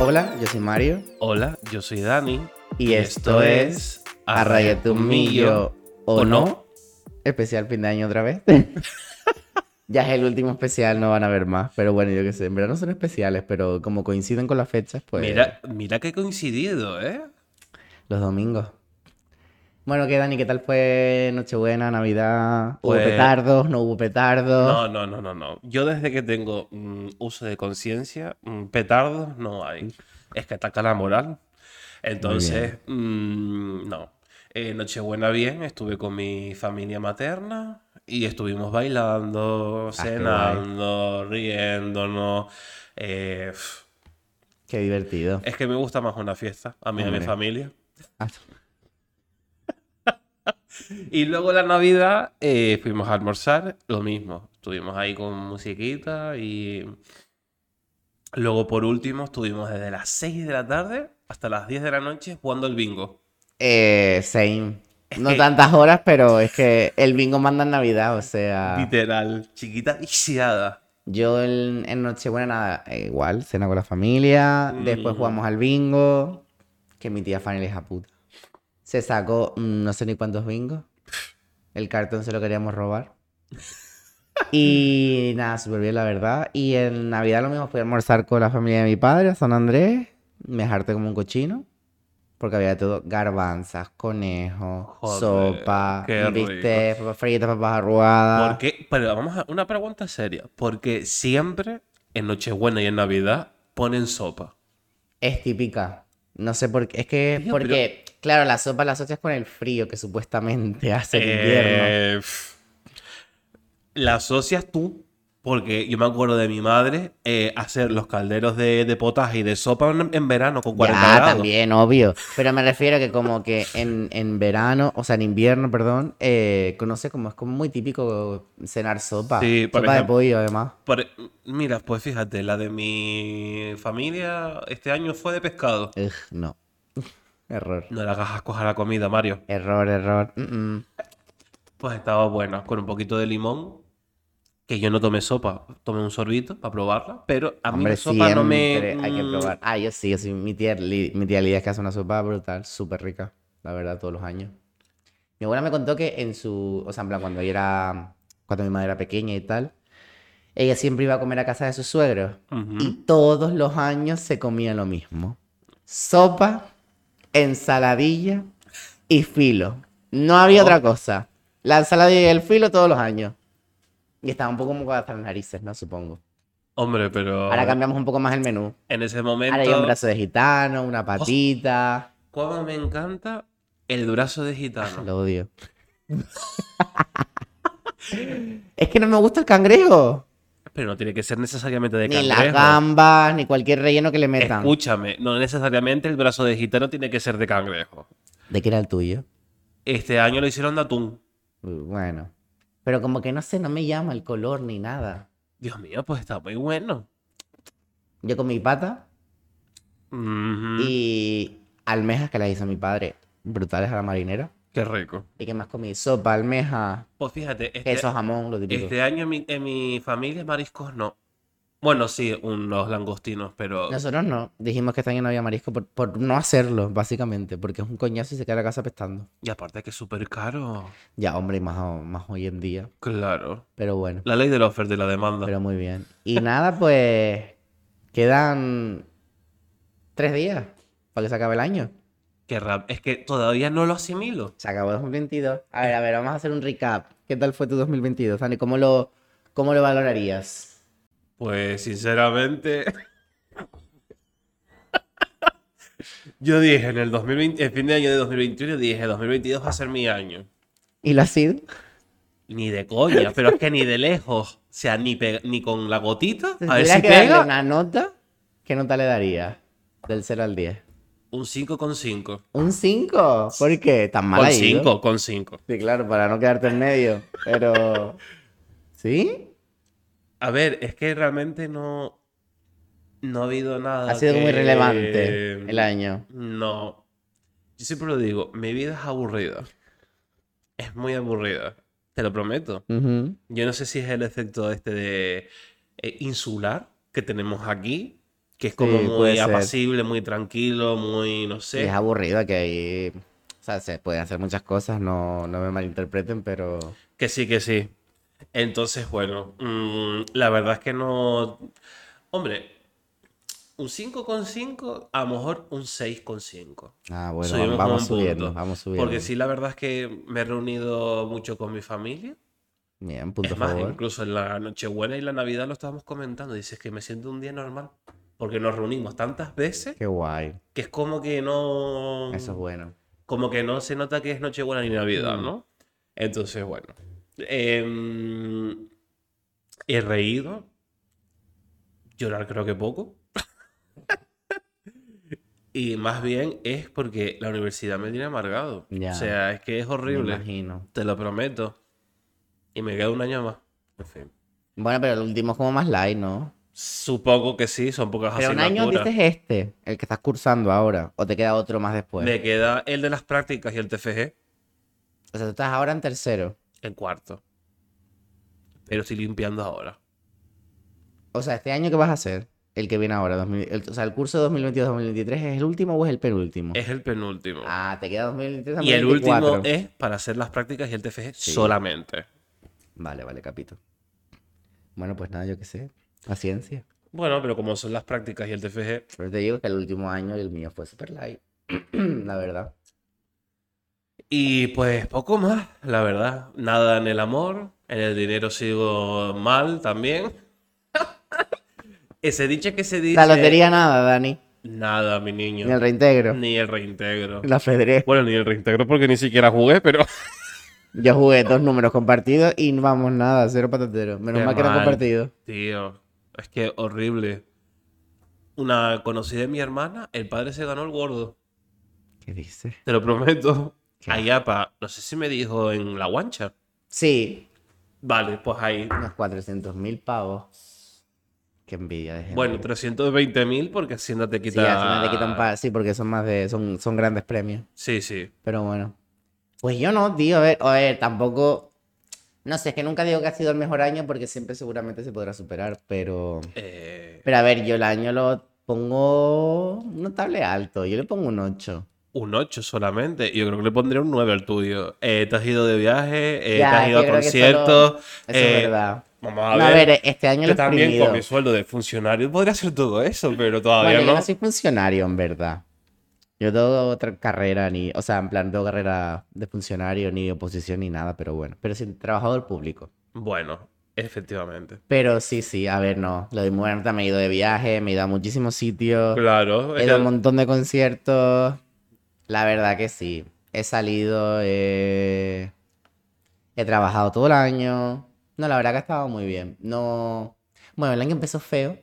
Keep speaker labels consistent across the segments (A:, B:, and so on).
A: Hola, yo soy Mario.
B: Hola, yo soy Dani.
A: Y esto es A Rayate un Millo o
B: o no.
A: no. Especial fin de año otra vez. ya es el último especial, no van a ver más. Pero bueno, yo qué sé. En verdad no son especiales, pero como coinciden con las fechas, pues
B: Mira, mira que he coincidido, ¿eh?
A: los domingos. Bueno, ¿qué Dani? ¿Qué tal fue Nochebuena, Navidad? ¿Hubo
B: Pues-
A: petardos? ¿No hubo petardos?
B: No, no, no, no, no. Yo desde que tengo mm, uso de conciencia, mm, petardos no
A: Mm.
B: hay. Es que ataca la moral. Entonces, mm, no. Eh, Nochebuena bien, estuve con mi familia materna y estuvimos bailando,
A: Ah, qué guay.
B: cenando, riéndonos. Eh, pf,
A: Qué divertido.
B: es que me gusta más una fiesta, a mí y a mi
A: Hombre.
B: familia.
A: Ah,
B: Y luego la Navidad eh, fuimos a almorzar, lo mismo. Estuvimos ahí con musiquita y. Luego, por último, estuvimos desde las 6 de la tarde hasta las 10 de la noche jugando el bingo.
A: Eh, same. No
B: que-
A: tantas horas, pero es que el bingo manda en Navidad, o sea...
B: Literal, chiquita viciada.
A: Yo en, en Nochebuena nada, eh, igual, cena con la familia, después
B: Mm.
A: jugamos al bingo, que mi tía Fanny es a puta. Se sacó mm, no sé ni cuántos bingos, el cartón se lo queríamos robar. Y nada, súper bien la verdad. Y en Navidad lo mismo, fui a almorzar con la familia de mi padre a San Andrés, me harté como un cochino, porque había de todo, garbanzas, conejo,
B: Joder,
A: sopa,
B: qué rico.
A: bistec, papas fritas, papas arrugadas.
B: Porque, pero vamos a una pregunta seria. Porque siempre en Nochebuena y en Navidad ponen sopa.
A: Es típica. No sé por qué. Es que,
B: Tío,
A: porque, claro, la sopa la asocias con el frío que supuestamente hace el invierno.
B: Eh, pf. la asocias tú, porque yo me acuerdo de mi madre eh, hacer los calderos de, de potaje y de sopa en, en verano con 40
A: Ya,
B: grados.
A: también, obvio. Pero me refiero que como que en, en verano, o sea, en invierno, perdón, eh, que no sé, como es como muy típico cenar sopa.
B: Sí, por
A: sopa de
B: ejemplo.
A: pollo, además.
B: Por- mira, pues fíjate, la de mi familia este año fue de pescado.
A: Ugh, no. Error.
B: No le hagas ascos a la comida, Mario.
A: Error, error. Mm, mm.
B: Pues estaba buena, con un poquito de limón. Que yo no tomé sopa, tomé un sorbito para probarla, pero a mí
A: Hombre,
B: la sopa no me. mm,
A: siempre hay que probar. Ah, yo sí, yo sí. Mi tía, Li- mi tía Lidia es que hace una sopa brutal, súper rica, la verdad, todos los años. Mi abuela me contó que en su, o sea, en plan, cuando ella era, cuando mi madre era pequeña y tal, ella siempre iba a comer a casa de sus suegros
B: Ujú.
A: y todos los años se comía lo mismo. Sopa, ensaladilla y filo. No
B: Oh.
A: había otra cosa. La ensaladilla y el filo todos los años. Y estaba un poco como hasta las narices, ¿no? Supongo.
B: Hombre, pero.
A: Ahora cambiamos un poco más el menú.
B: En ese
A: Ahora hay un
B: momento. Oh.
A: brazo de gitano, una patita.
B: ¿Cómo me encanta el brazo de gitano?
A: Ah, Lo odio. es que no me gusta el cangrejo.
B: Pero no tiene que ser necesariamente de
A: Ni las
B: cangrejo.
A: gambas, ni cualquier relleno que le metan.
B: Escúchame, no necesariamente el brazo de gitano tiene que ser de cangrejo.
A: ¿De qué era el tuyo?
B: Este año lo hicieron de atún.
A: Uh, Bueno. Pero como que no sé, no me llama el color ni nada.
B: Dios mío, pues está muy bueno.
A: Yo con mi pata
B: Mhm,
A: y almejas que las hizo mi padre. Brutales a la marinera.
B: Qué rico.
A: ¿Y qué más comí? Sopa, almeja,
B: Pues fíjate, este,
A: queso, jamón, lo típico.
B: este año en mi, en mi familia mariscos no. Bueno, sí, unos langostinos, pero...
A: Nosotros no. Dijimos que este año no había marisco por, por no hacerlo, básicamente, porque es un coñazo y se queda la casa pestando.
B: Y aparte que es súper caro.
A: Ya, hombre, y más, ho- más hoy en día.
B: Claro.
A: Pero bueno,
B: La ley de la oferta y la demanda.
A: pero muy bien. Y nada, pues quedan tres días para que se acabe el año.
B: Qué rap. Es que todavía no lo asimilo.
A: Se acabó 2022. A ver, a ver, vamos a hacer un recap. ¿Qué tal fue tu 2022, Dani? ¿Cómo lo, cómo lo valorarías?
B: Pues sinceramente, yo dije en el 2020, el fin de año de 2021, dije 2022 va a ser mi año.
A: ¿Y lo ha sido?
B: Ni de coña, pero es que ni de lejos, o sea, ni, pe- ni con la gotita,
A: Si
B: a ver
A: tuviera
B: si
A: que darle
B: pega.
A: una nota, ¿qué nota le daría? Del 0 al 10.
B: Un 5,5.
A: ¿Un 5? ¿Por qué? ¿Tan mal
B: Con
A: ha ido?
B: 5, con 5.
A: Sí, claro, para no quedarte en medio. Pero. ¿Sí?
B: A ver, es que realmente no, no ha habido nada.
A: Ha sido
B: que-
A: muy relevante
B: eh,
A: el año.
B: No. Yo siempre lo digo, mi vida es aburrida. Es muy aburrida. Te lo prometo.
A: Ujú.
B: Yo no sé si es el efecto este de eh, insular que tenemos aquí que es como
A: Sí, puede
B: muy
A: ser.
B: apacible, muy tranquilo, muy, no
A: Y es
B: sé.
A: aburrido que ahí. O sea, se pueden hacer muchas cosas, no, no me malinterpreten, pero.
B: Que sí, que sí. Entonces, bueno, mm, la verdad es que no... Hombre, un 5,5, a lo mejor un 6,5.
A: Ah, bueno,
B: Subimos
A: vamos,
B: un
A: subiendo,
B: punto.
A: vamos subiendo.
B: Porque sí, la verdad es que me he reunido mucho con mi familia.
A: Bien, punto a
B: Es más,
A: favor.
B: incluso en la Nochebuena y la Navidad lo estábamos comentando. Dices que me siento un día normal. Porque nos reunimos tantas veces
A: Qué guay.
B: que es como que no.
A: Eso es bueno.
B: Como que no se nota que es Nochebuena ni Navidad,
A: Mm.
B: ¿no? Entonces, bueno. Em, he reído. Llorar creo que poco. y más bien es porque la universidad me tiene amargado.
A: Ya.
B: O sea, es que es
A: Me
B: horrible.
A: imagino.
B: Te lo prometo. Y me queda un año más. En fin.
A: Bueno, pero el último es como más light, ¿no?
B: Supongo que Ah, sí, son pocas
A: Pero un año
B: asignaturas.
A: dices este, el que estás cursando ahora, o te queda otro más después.
B: Me queda el de las prácticas y el TFG
A: O sea, tú estás ahora en tercero.
B: en cuarto. Pero estoy limpiando ahora.
A: O sea, este año que vas a hacer, el que viene ahora, 2000 el- o sea, el curso 2022-2023 es el último o es el penúltimo.
B: Es el penúltimo.
A: Ah, te queda 2023
B: y el último
A: 2024.
B: es para hacer las prácticas y el TFG
A: Sí.
B: solamente.
A: Vale, vale, capito. Bueno, pues nada, yo qué sé. Paciencia.
B: Bueno, pero como son las prácticas y el TFG,
A: Pero te digo que el último año el mío fue super light. La verdad.
B: Y pues poco más, la verdad. Nada en el amor, en el dinero sigo mal también. Ese dicho que se dice...
A: La lotería nada, Dani.
B: Nada, mi niño.
A: Ni el reintegro.
B: Ni el reintegro.
A: La fedré.
B: Bueno, ni el reintegro porque ni siquiera jugué, pero...
A: Yo jugué dos números compartidos y no vamos nada, cero patatero. Menos
B: Qué
A: mal que eran
B: mal.
A: compartidos.
B: Tío, es que horrible. Una conocida de mi hermana, el padre se ganó el gordo.
A: ¿Qué dices?
B: Te lo prometo.
A: Qué
B: Allá pa, no sé si me dijo en la guancha.
A: Sí,
B: Vale, pues ahí.
A: unos 400 mil pavos. Qué envidia de gente.
B: Bueno, 320.000 porque Hacienda te
A: sí,
B: quita...
A: al final te quitan pa- sí, porque son más de. Son, son grandes premios.
B: Sí, sí.
A: Pero bueno. Pues yo no, tío. A ver, a ver, tampoco. No sé, es que nunca digo que ha sido el mejor año porque siempre seguramente se podrá superar, pero.
B: Eh,
A: Pero a ver, yo el año lo pongo notable alto. Yo le pongo un 8.
B: un 8 solamente. Yo creo que le pondría un 9 al tuyo. Eh, te has ido de viaje, eh,
A: Ya,
B: te has
A: es
B: ido
A: que
B: a
A: creo que
B: conciertos.
A: Eso
B: eh,
A: es verdad.
B: Vamos
A: No,
B: a
A: A
B: ver.
A: ver, este año lo
B: yo
A: he
B: también con
A: exprimido.
B: mi sueldo de funcionario podría hacer todo eso, pero todavía
A: Bueno, yo
B: no.
A: no soy funcionario, en verdad. Yo tengo otra carrera, ni, o sea, en plan, no tengo carrera de funcionario, ni oposición, ni nada, pero bueno. Pero sí, trabajador público.
B: Bueno, efectivamente.
A: Pero sí, sí, a ver, no. Lo de muy buena nota, me he ido de viaje, me he ido a muchísimos sitios,
B: Claro,
A: he
B: es
A: ido a un
B: que-
A: montón de conciertos. La verdad que sí. He salido, eh, he trabajado todo el año. No, la verdad que ha estado muy bien. No. Bueno, el año empezó feo,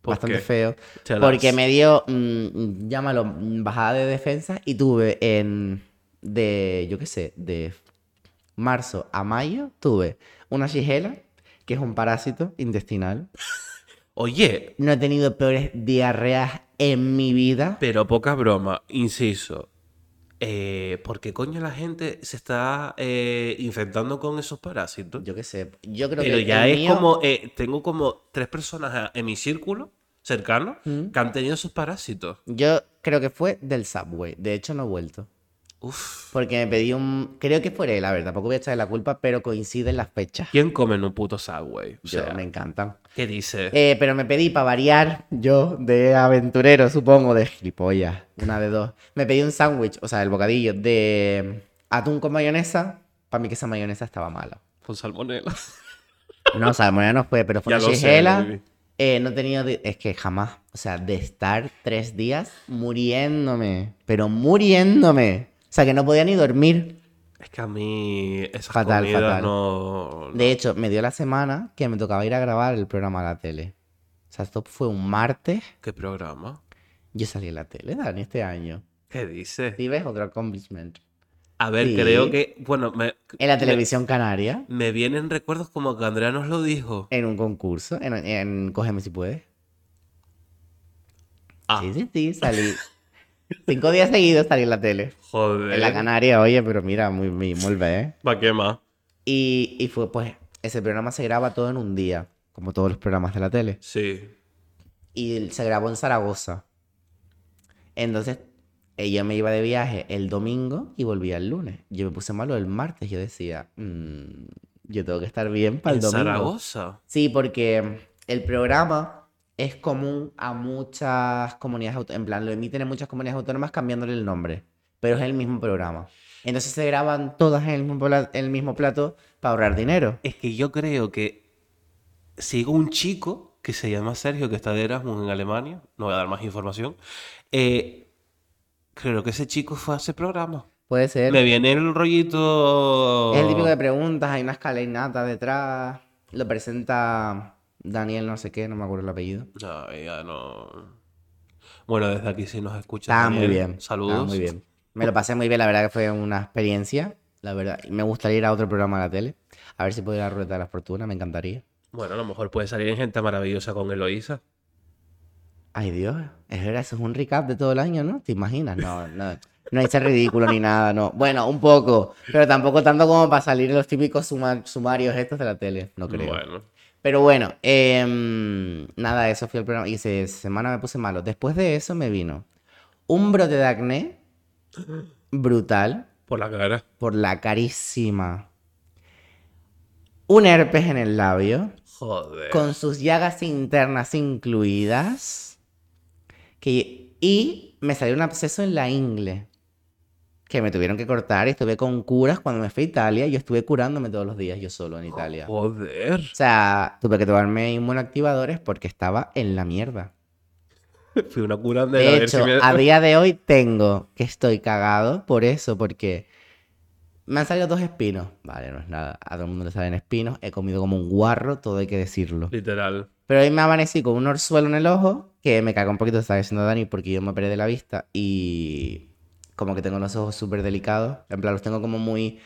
B: ¿por
A: bastante
B: qué?
A: feo.
B: Te las-
A: Porque me dio, mm, llámalo, mm, bajada de defensa y tuve en, de, yo qué sé, de marzo a mayo, tuve una shigella, que es un parásito intestinal.
B: Oye,
A: No he tenido peores diarreas en mi vida.
B: pero poca broma, inciso. Eh, ¿Por qué coño la gente se está eh, infectando con esos parásitos?
A: Yo qué sé, yo creo
B: Pero
A: que
B: ya
A: el
B: es
A: mío-
B: como, eh, tengo como tres personas a- en mi círculo cercano
A: Mm.
B: que han tenido esos parásitos.
A: Yo creo que fue del Subway, de hecho no he vuelto.
B: Uf.
A: Porque me pedí un, creo que fue él, la verdad, tampoco voy a echarle la culpa, pero coinciden las fechas.
B: ¿Quién come en un puto Subway? O
A: Yo,
B: sea,
A: me encantan.
B: ¿qué dice?
A: Eh, pero me pedí para variar, yo de aventurero, supongo, de gilipollas, una de dos. Me pedí un sándwich, o sea, el bocadillo de mm, atún con mayonesa. Para mí que esa mayonesa estaba mala.
B: Con salmonela.
A: No, o sea, mayonesa no fue, pero fue
B: Ya
A: una
B: lo sé,
A: shigella.
B: lo viví.
A: Eh, no he tenido, di- es que jamás, o sea, de estar tres días muriéndome, pero muriéndome. O sea, que no podía ni dormir.
B: Es que a mí esas
A: Fatal,
B: comidas
A: fatal.
B: no... no-
A: De hecho, me dio la semana que me tocaba ir a grabar el programa a la tele. O sea, esto fue un martes.
B: ¿Qué programa?
A: Yo salí en la tele, Dani, este año.
B: ¿Qué dice?
A: Sí, ves otro accomplishment.
B: A ver,
A: Sí.
B: creo que... Bueno, me,
A: En la
B: me-
A: televisión canaria,
B: Me vienen recuerdos como que Andrea nos lo dijo.
A: en un concurso, en, en Cógeme si puedes.
B: Ah,
A: Sí, sí, sí, salí. Cinco días seguidos salí en la tele.
B: joder.
A: En la canaria, oye, pero mira, muy, muy, muy bien.
B: ¿Para qué más?
A: Y, y fue, pues, ese programa se graba todo en un día, como todos los programas de la tele.
B: Sí.
A: y él se grabó en Zaragoza. Entonces, ella me iba de viaje el domingo y volvía el lunes. Yo me puse malo el martes. Yo decía, "Mm, yo tengo que estar bien para el
B: ¿En
A: domingo.
B: Zaragoza?
A: Sí, porque el programa es común a muchas comunidades autónomas. En plan, lo emiten en muchas comunidades autónomas cambiándole el nombre. Pero es el mismo programa. Entonces se graban todas en el mismo, pla- en el mismo plato para ahorrar dinero.
B: Es que yo creo que sigo un chico que se llama Sergio, que está de Erasmus en Alemania, no voy a dar más información, eh, creo que ese chico fue a ese programa.
A: Puede ser.
B: Me viene el rollito...
A: Es el típico de preguntas, hay una escalinata detrás. Lo presenta Daniel no sé qué, no me acuerdo el apellido.
B: No, ya no... Bueno, desde aquí sí nos escucha.
A: Estaba muy
B: Daniel,
A: bien. estaba
B: Saludos.
A: muy bien. Me lo pasé muy bien, la verdad que fue una experiencia. La verdad, Y me gustaría ir a otro programa de la tele. A ver si puedo ir a la Rueda de la Fortuna, me encantaría.
B: Bueno, a lo mejor puede salir en gente maravillosa con Eloísa.
A: Ay, Dios, es verdad, eso es un recap de todo el año, ¿no? ¿Te imaginas? No, no, no hay que ser ridículo ni nada, no. Bueno, un poco, pero tampoco tanto como para salir en los típicos suma- sumarios estos de la tele, no creo.
B: Bueno.
A: Pero bueno, em, nada, eso fue el programa. Y esa semana me puse malo. Después de eso me vino un brote de acné brutal
B: Por la cara.
A: por la carísima. Un herpes en el labio
B: Joder.
A: con sus llagas internas incluidas. Que, y me salió un absceso en la ingle. Que me tuvieron que cortar y estuve con curas cuando me fui a Italia. Yo estuve curándome todos los días yo solo en Italia.
B: oh.
A: O
B: Joder.
A: sea, tuve que tomarme inmunoactivadores porque estaba en la mierda.
B: Fui una curandera. a
A: De
B: ver si
A: hecho,
B: me-
A: a día de hoy tengo que estoy cagado por eso, porque me han salido dos espinos. Vale, no es nada. A todo el mundo le salen espinos. He comido como un guarro, todo hay que decirlo.
B: Literal.
A: Pero hoy me amanecí con un orzuelo en el ojo que me cagó un poquito, estaba diciendo Dani, porque yo me operé de la vista y como que tengo los ojos súper delicados. En plan, los tengo como muy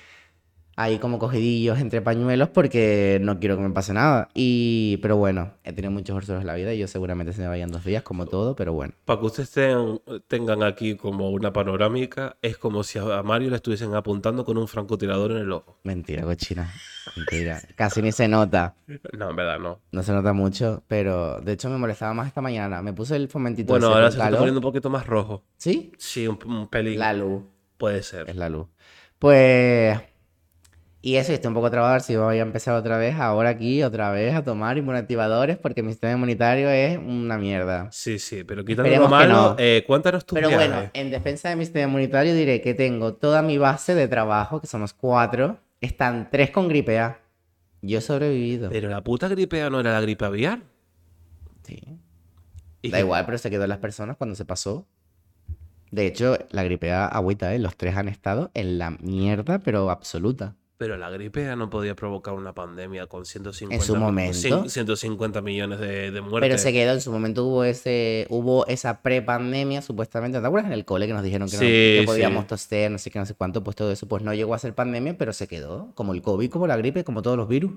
A: ahí como cogidillos entre pañuelos porque no quiero que me pase nada. Y, pero bueno, he tenido muchos orzuelos en la vida y yo seguramente se me vayan dos días como todo, pero bueno.
B: Para que ustedes ten- tengan aquí como una panorámica, es como si a a Mario le estuviesen apuntando con un francotirador en el ojo.
A: Mentira, cochina. Mentira. Casi ni se nota.
B: No, en verdad no.
A: No se nota mucho, pero de hecho me molestaba más esta mañana. Me puse el fomentito
B: Bueno,
A: ese
B: ahora
A: con
B: se está
A: calor.
B: poniendo un poquito más rojo.
A: ¿Sí?
B: Sí, un, un pelín.
A: La luz.
B: Puede
A: Es
B: ser.
A: la luz. Pues... Y eso, y estoy un poco trabado, a ver si voy a empezar otra vez, ahora aquí, otra vez, a tomar inmunoactivadores, porque mi sistema inmunitario es una mierda.
B: Sí, sí, pero quitando lo
A: Esperemos que
B: malo,
A: no.
B: eh, cuéntanos tu
A: Pero
B: viaje.
A: bueno, en defensa de mi sistema inmunitario diré que tengo toda mi base de trabajo, que somos cuatro, están tres con gripe A. Yo he sobrevivido.
B: Pero la puta gripea no era la gripe aviar.
A: Sí.
B: ¿Y
A: Da
B: qué-
A: igual, pero se quedó en las personas cuando se pasó. De hecho, la gripe A, agüita, ¿eh? Los tres han estado en la mierda, pero absoluta.
B: Pero la gripe A no podía provocar una pandemia con 150,
A: En su
B: mi-
A: momento.
B: cien- 150 millones de, de muertes.
A: Pero se quedó, en su momento hubo ese, hubo esa prepandemia, supuestamente. ¿Te acuerdas en el cole que nos dijeron que no-
B: Sí,
A: que
B: sí.
A: podíamos toser, no sé qué, no sé cuánto? Pues todo eso, pues no llegó a ser pandemia, pero se quedó. Como el COVID, como la gripe, como todos los virus.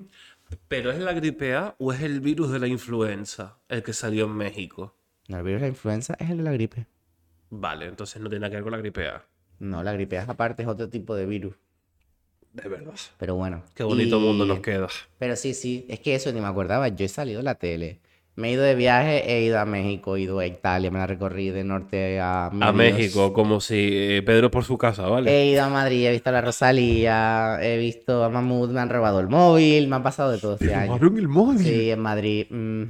B: ¿Pero es la gripe A o es el virus de la influenza el que salió en México?
A: No, el virus de la influenza es el de la gripe.
B: Vale, entonces no tiene nada que ver con la gripe A.
A: No, la gripe es aparte, es otro tipo de virus.
B: De verdad.
A: Pero bueno.
B: Qué bonito
A: Y-
B: mundo nos queda.
A: Pero sí, sí, es que eso ni me acordaba. Yo he salido de la tele. Me he ido de viaje, he ido a México, he ido a Italia, me la recorrí de norte a,
B: A
A: medios.
B: México, como si eh, Pedro por su casa, ¿vale?
A: He ido a Madrid, he visto a la Rosalía, he visto a Mahmoud, me han robado el móvil, me han pasado de todo este año.
B: el móvil.
A: Sí, en Madrid.
B: Mm.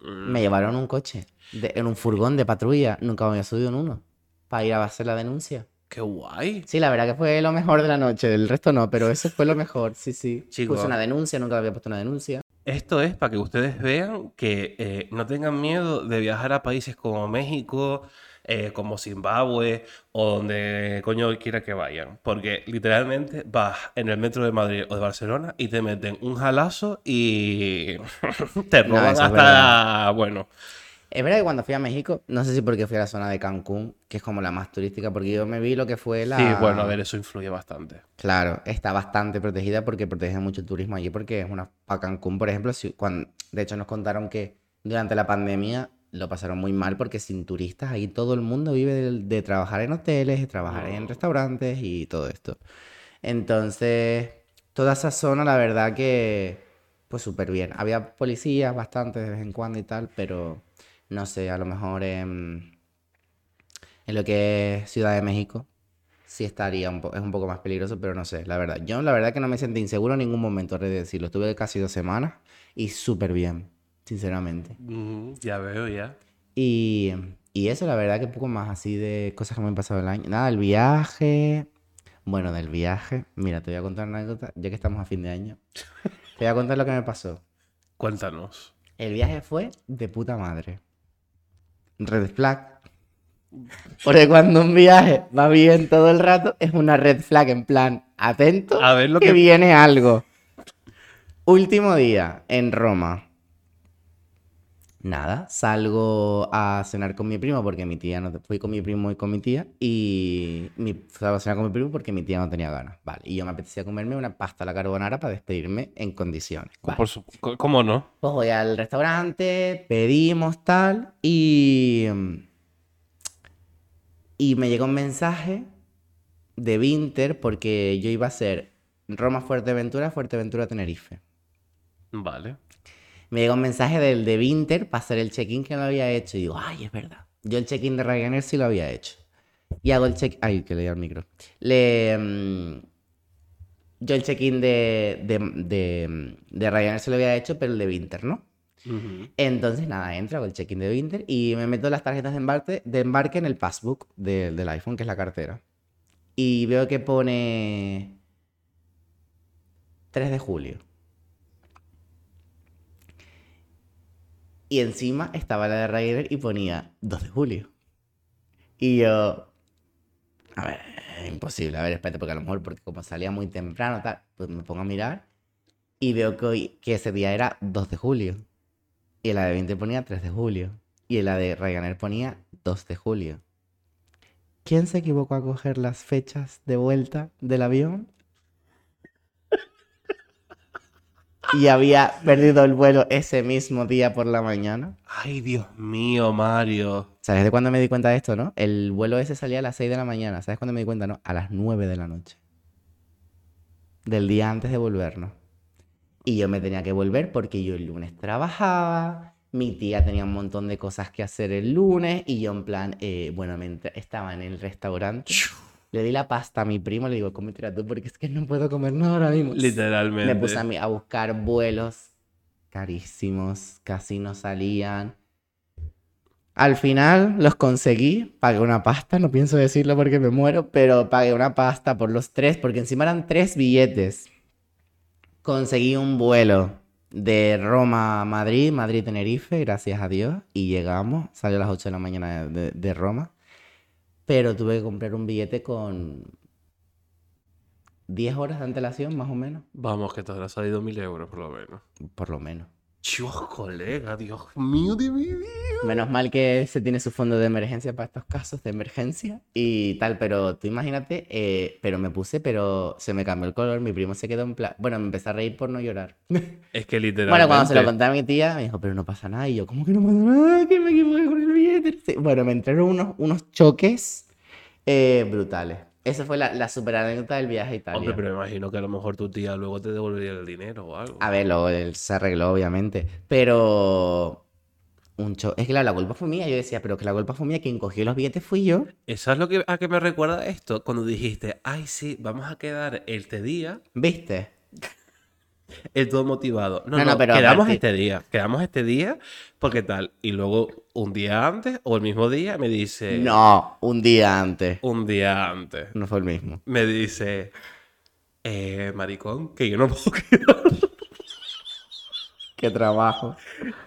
A: ujú. Me llevaron un coche, de- en un furgón de patrulla, nunca me había subido en uno, para ir a hacer la denuncia.
B: Qué guay.
A: Sí, la verdad que fue lo mejor de la noche, el resto no, pero eso fue lo mejor, sí, sí.
B: Chico.
A: Puse una denuncia, nunca había puesto una denuncia.
B: Esto es para que ustedes vean que eh, no tengan miedo de viajar a países como México, eh, como Zimbabue o donde coño quiera que vayan. Porque literalmente vas en el metro de Madrid o de Barcelona y te meten un jalazo y te
A: No,
B: roban
A: eso es
B: hasta...
A: verdad.
B: Bueno,
A: Es verdad que cuando fui a México, no sé si porque fui a la zona de Cancún, que es como la más turística, porque yo me vi lo que fue la...
B: sí, bueno, a ver, eso influye bastante.
A: Claro, está bastante protegida porque protege mucho el turismo allí, porque es una... A Cancún, por ejemplo, si- cuan- de hecho nos contaron que durante la pandemia lo pasaron muy mal porque sin turistas ahí todo el mundo vive del- de, trabajar en hoteles, de trabajar en
B: No.
A: restaurantes y todo esto. Entonces, toda esa zona, la verdad que, pues súper bien. Había policías bastante de vez en cuando y tal, pero no sé, a lo mejor en, en lo que es Ciudad de México, sí estaría un, po- es un poco más peligroso, pero no sé, la verdad. Yo la verdad que no me sentí inseguro en ningún momento, es decirlo. Estuve casi dos semanas y súper bien, sinceramente.
B: Ujú, Mm, ya veo, ya.
A: Y, y eso, la verdad, que poco más así de cosas que me han pasado el año. Nada, el viaje. Bueno, del viaje. Mira, te voy a contar una anécdota, ya que estamos a fin de año. Te voy a contar lo que me pasó.
B: Cuéntanos.
A: El viaje fue de puta madre. Red flag. Porque cuando un viaje va bien todo el rato, es una red flag en plan, atento,
B: A ver lo
A: que
B: que-
A: viene algo. Último día en Roma. Nada, salgo a cenar con mi primo porque mi tía no... Fui con mi primo y con mi tía y mi, salgo a cenar con mi primo porque mi tía no tenía ganas. Vale, y yo me apetecía comerme una pasta a la carbonara para despedirme en condiciones. Vale.
B: Por su- co- ¿Cómo no?
A: Pues voy al restaurante, pedimos tal y... Y me llegó un mensaje de Winter porque yo iba a hacer Roma Fuerteventura, Fuerteventura Tenerife.
B: Vale.
A: Me llegó un mensaje del de Winter para hacer el check-in que no había hecho y digo, ay, es verdad. Yo el check-in de Ryanair sí lo había hecho. Y hago el check... Ay, que le di al micro. Le... mm, Yo el check-in de, de, de, de Ryanair se lo había hecho, pero el de Winter, ¿no?
B: Ujú.
A: Entonces, nada, entro con el check-in de Winter y me meto las tarjetas de embarque, de embarque en el passbook de- del iPhone, que es la cartera. Y veo que pone 3 de julio. Y encima estaba la de Ryanair y ponía 2 de julio. Y yo... A ver, imposible. A ver, espérate, porque a lo mejor, porque como salía muy temprano, tal, pues me pongo a mirar y veo que, hoy, que ese día era 2 de julio. Y en la de 20 ponía 3 de julio. Y en la de Ryanair ponía 2 de julio. ¿Quién se equivocó a coger las fechas de vuelta del avión? Y había perdido el vuelo ese mismo día por la mañana.
B: Ay, Dios mío, Mario.
A: ¿Sabes de cuándo me di cuenta de esto, no? El vuelo ese salía a las 6 de la mañana. ¿Sabes cuándo me di cuenta, no? A las 9 de la noche. Del día antes de volvernos. Y yo me tenía que volver porque yo el lunes trabajaba, mi tía tenía un montón de cosas que hacer el lunes y yo en plan, eh, bueno, me entra- estaba en el restaurante, le di la pasta a mi primo, le digo, cómetela tú porque es que no puedo comer nada ahora mismo.
B: Literalmente.
A: Pues, Me puse a, mi- a buscar vuelos carísimos, casi no salían. Al final los conseguí, pagué una pasta, no pienso decirlo porque me muero, pero pagué una pasta por los tres, porque encima eran tres billetes. Conseguí un vuelo de Roma a Madrid, Madrid-Tenerife, gracias a Dios, y llegamos, salió a las 8 de la mañana de, de Roma, pero tuve que comprar un billete con 10 horas de antelación, más o menos,
B: Vamos, que te habrá salido mil euros por lo menos.
A: por lo menos.
B: Dios, colega, Dios mío de mi vida.
A: Menos mal que se tiene su fondo de emergencia para estos casos de emergencia y tal, pero tú imagínate, eh, pero me puse, pero se me cambió el color, mi primo se quedó en plan... Bueno, me empecé a reír por no llorar.
B: Es que literalmente.
A: Bueno, cuando se lo conté a mi tía, me dijo, pero no pasa nada. Y yo, ¿cómo que no pasa nada? Que me equivoqué con el billete. Sí, Bueno, me entraron unos, unos choques eh, brutales. Esa fue la, la super anécdota del viaje a Italia.
B: Hombre, pero me imagino que a lo mejor tu tía luego te devolvería el dinero o algo.
A: A ver, luego él se arregló, obviamente. Pero. Un cho- Es que claro, la culpa fue mía. Yo decía, pero que la culpa fue mía. Quien cogió los billetes fui yo.
B: Eso es lo que, a que me recuerda esto, cuando dijiste, ay, sí, vamos a quedar este día,
A: ¿Viste?
B: el todo motivado. No,
A: No,
B: no,
A: no, pero
B: quedamos
A: aparte-
B: este día, quedamos este día, porque tal. Y luego, un día antes o el mismo día, me dice,
A: No, un día antes.
B: un día antes,
A: No fue el mismo.
B: me dice, eh, maricón, que yo no puedo quedar,
A: Qué trabajo.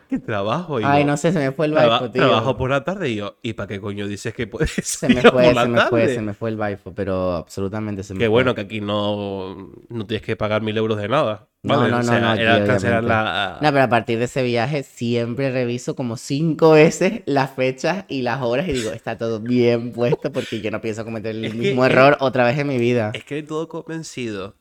B: que trabajo. Y
A: Ay,
B: yo,
A: no sé, se me fue el
B: "Traba-
A: baifo, tío.
B: trabajo por la tarde. Y yo, ¿y para qué coño dices que puedes
A: Se me
B: ir a
A: fue,
B: por la
A: se me fue,
B: tarde?".
A: se me fue el baifo, pero absolutamente se me
B: Que
A: fue.
B: bueno, que aquí no, no tienes que pagar mil euros de nada.
A: No,
B: ¿vale?
A: no,
B: o
A: no,
B: sea,
A: no,
B: era
A: tío,
B: cancelar
A: obviamente.
B: la.
A: No, pero a partir de ese viaje siempre reviso como cinco veces las fechas y las horas y digo, está todo bien puesto porque yo no pienso cometer el
B: Es que
A: mismo
B: es-
A: error otra vez en mi vida.
B: Es que de todo convencido.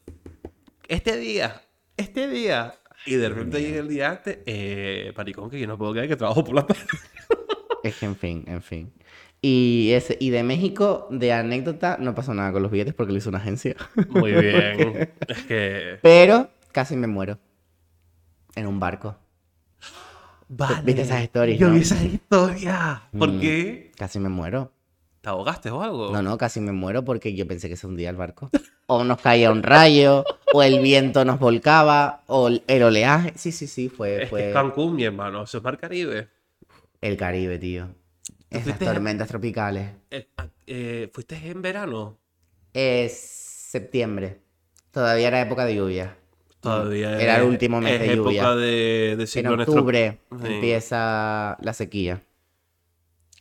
B: Este día, este día. Y de repente llega el día antes, eh, maricón, que yo no puedo creer que trabajo por la tarde.
A: Es que en fin, en fin. Y, ese, y de México, de anécdota, no pasó nada con los billetes porque lo hizo una agencia.
B: Muy bien. es que.
A: Pero casi me muero en un barco.
B: Vale.
A: ¿Viste esas stories,
B: Yo
A: no?
B: vi esas historias. ¿Por
A: Mm.
B: qué?
A: Casi me muero.
B: ¿Te ahogaste o algo?
A: No, no, casi me muero porque yo pensé que se hundía el barco. O nos caía un rayo, o el viento nos volcaba, o el el oleaje. Sí, sí, sí, fue,
B: Es que
A: fue
B: es Cancún, mi hermano. Eso es Mar Caribe.
A: el Caribe, tío. Esas
B: fuiste-
A: tormentas tropicales.
B: Eh, ah, eh, ¿Fuiste en verano?
A: Mm. Es septiembre. Todavía era época de lluvia.
B: Todavía
A: Era el
B: es-
A: último mes
B: es
A: de lluvia.
B: época de, de
A: En
B: ciclones tro-
A: octubre
B: Sí.
A: empieza la sequía.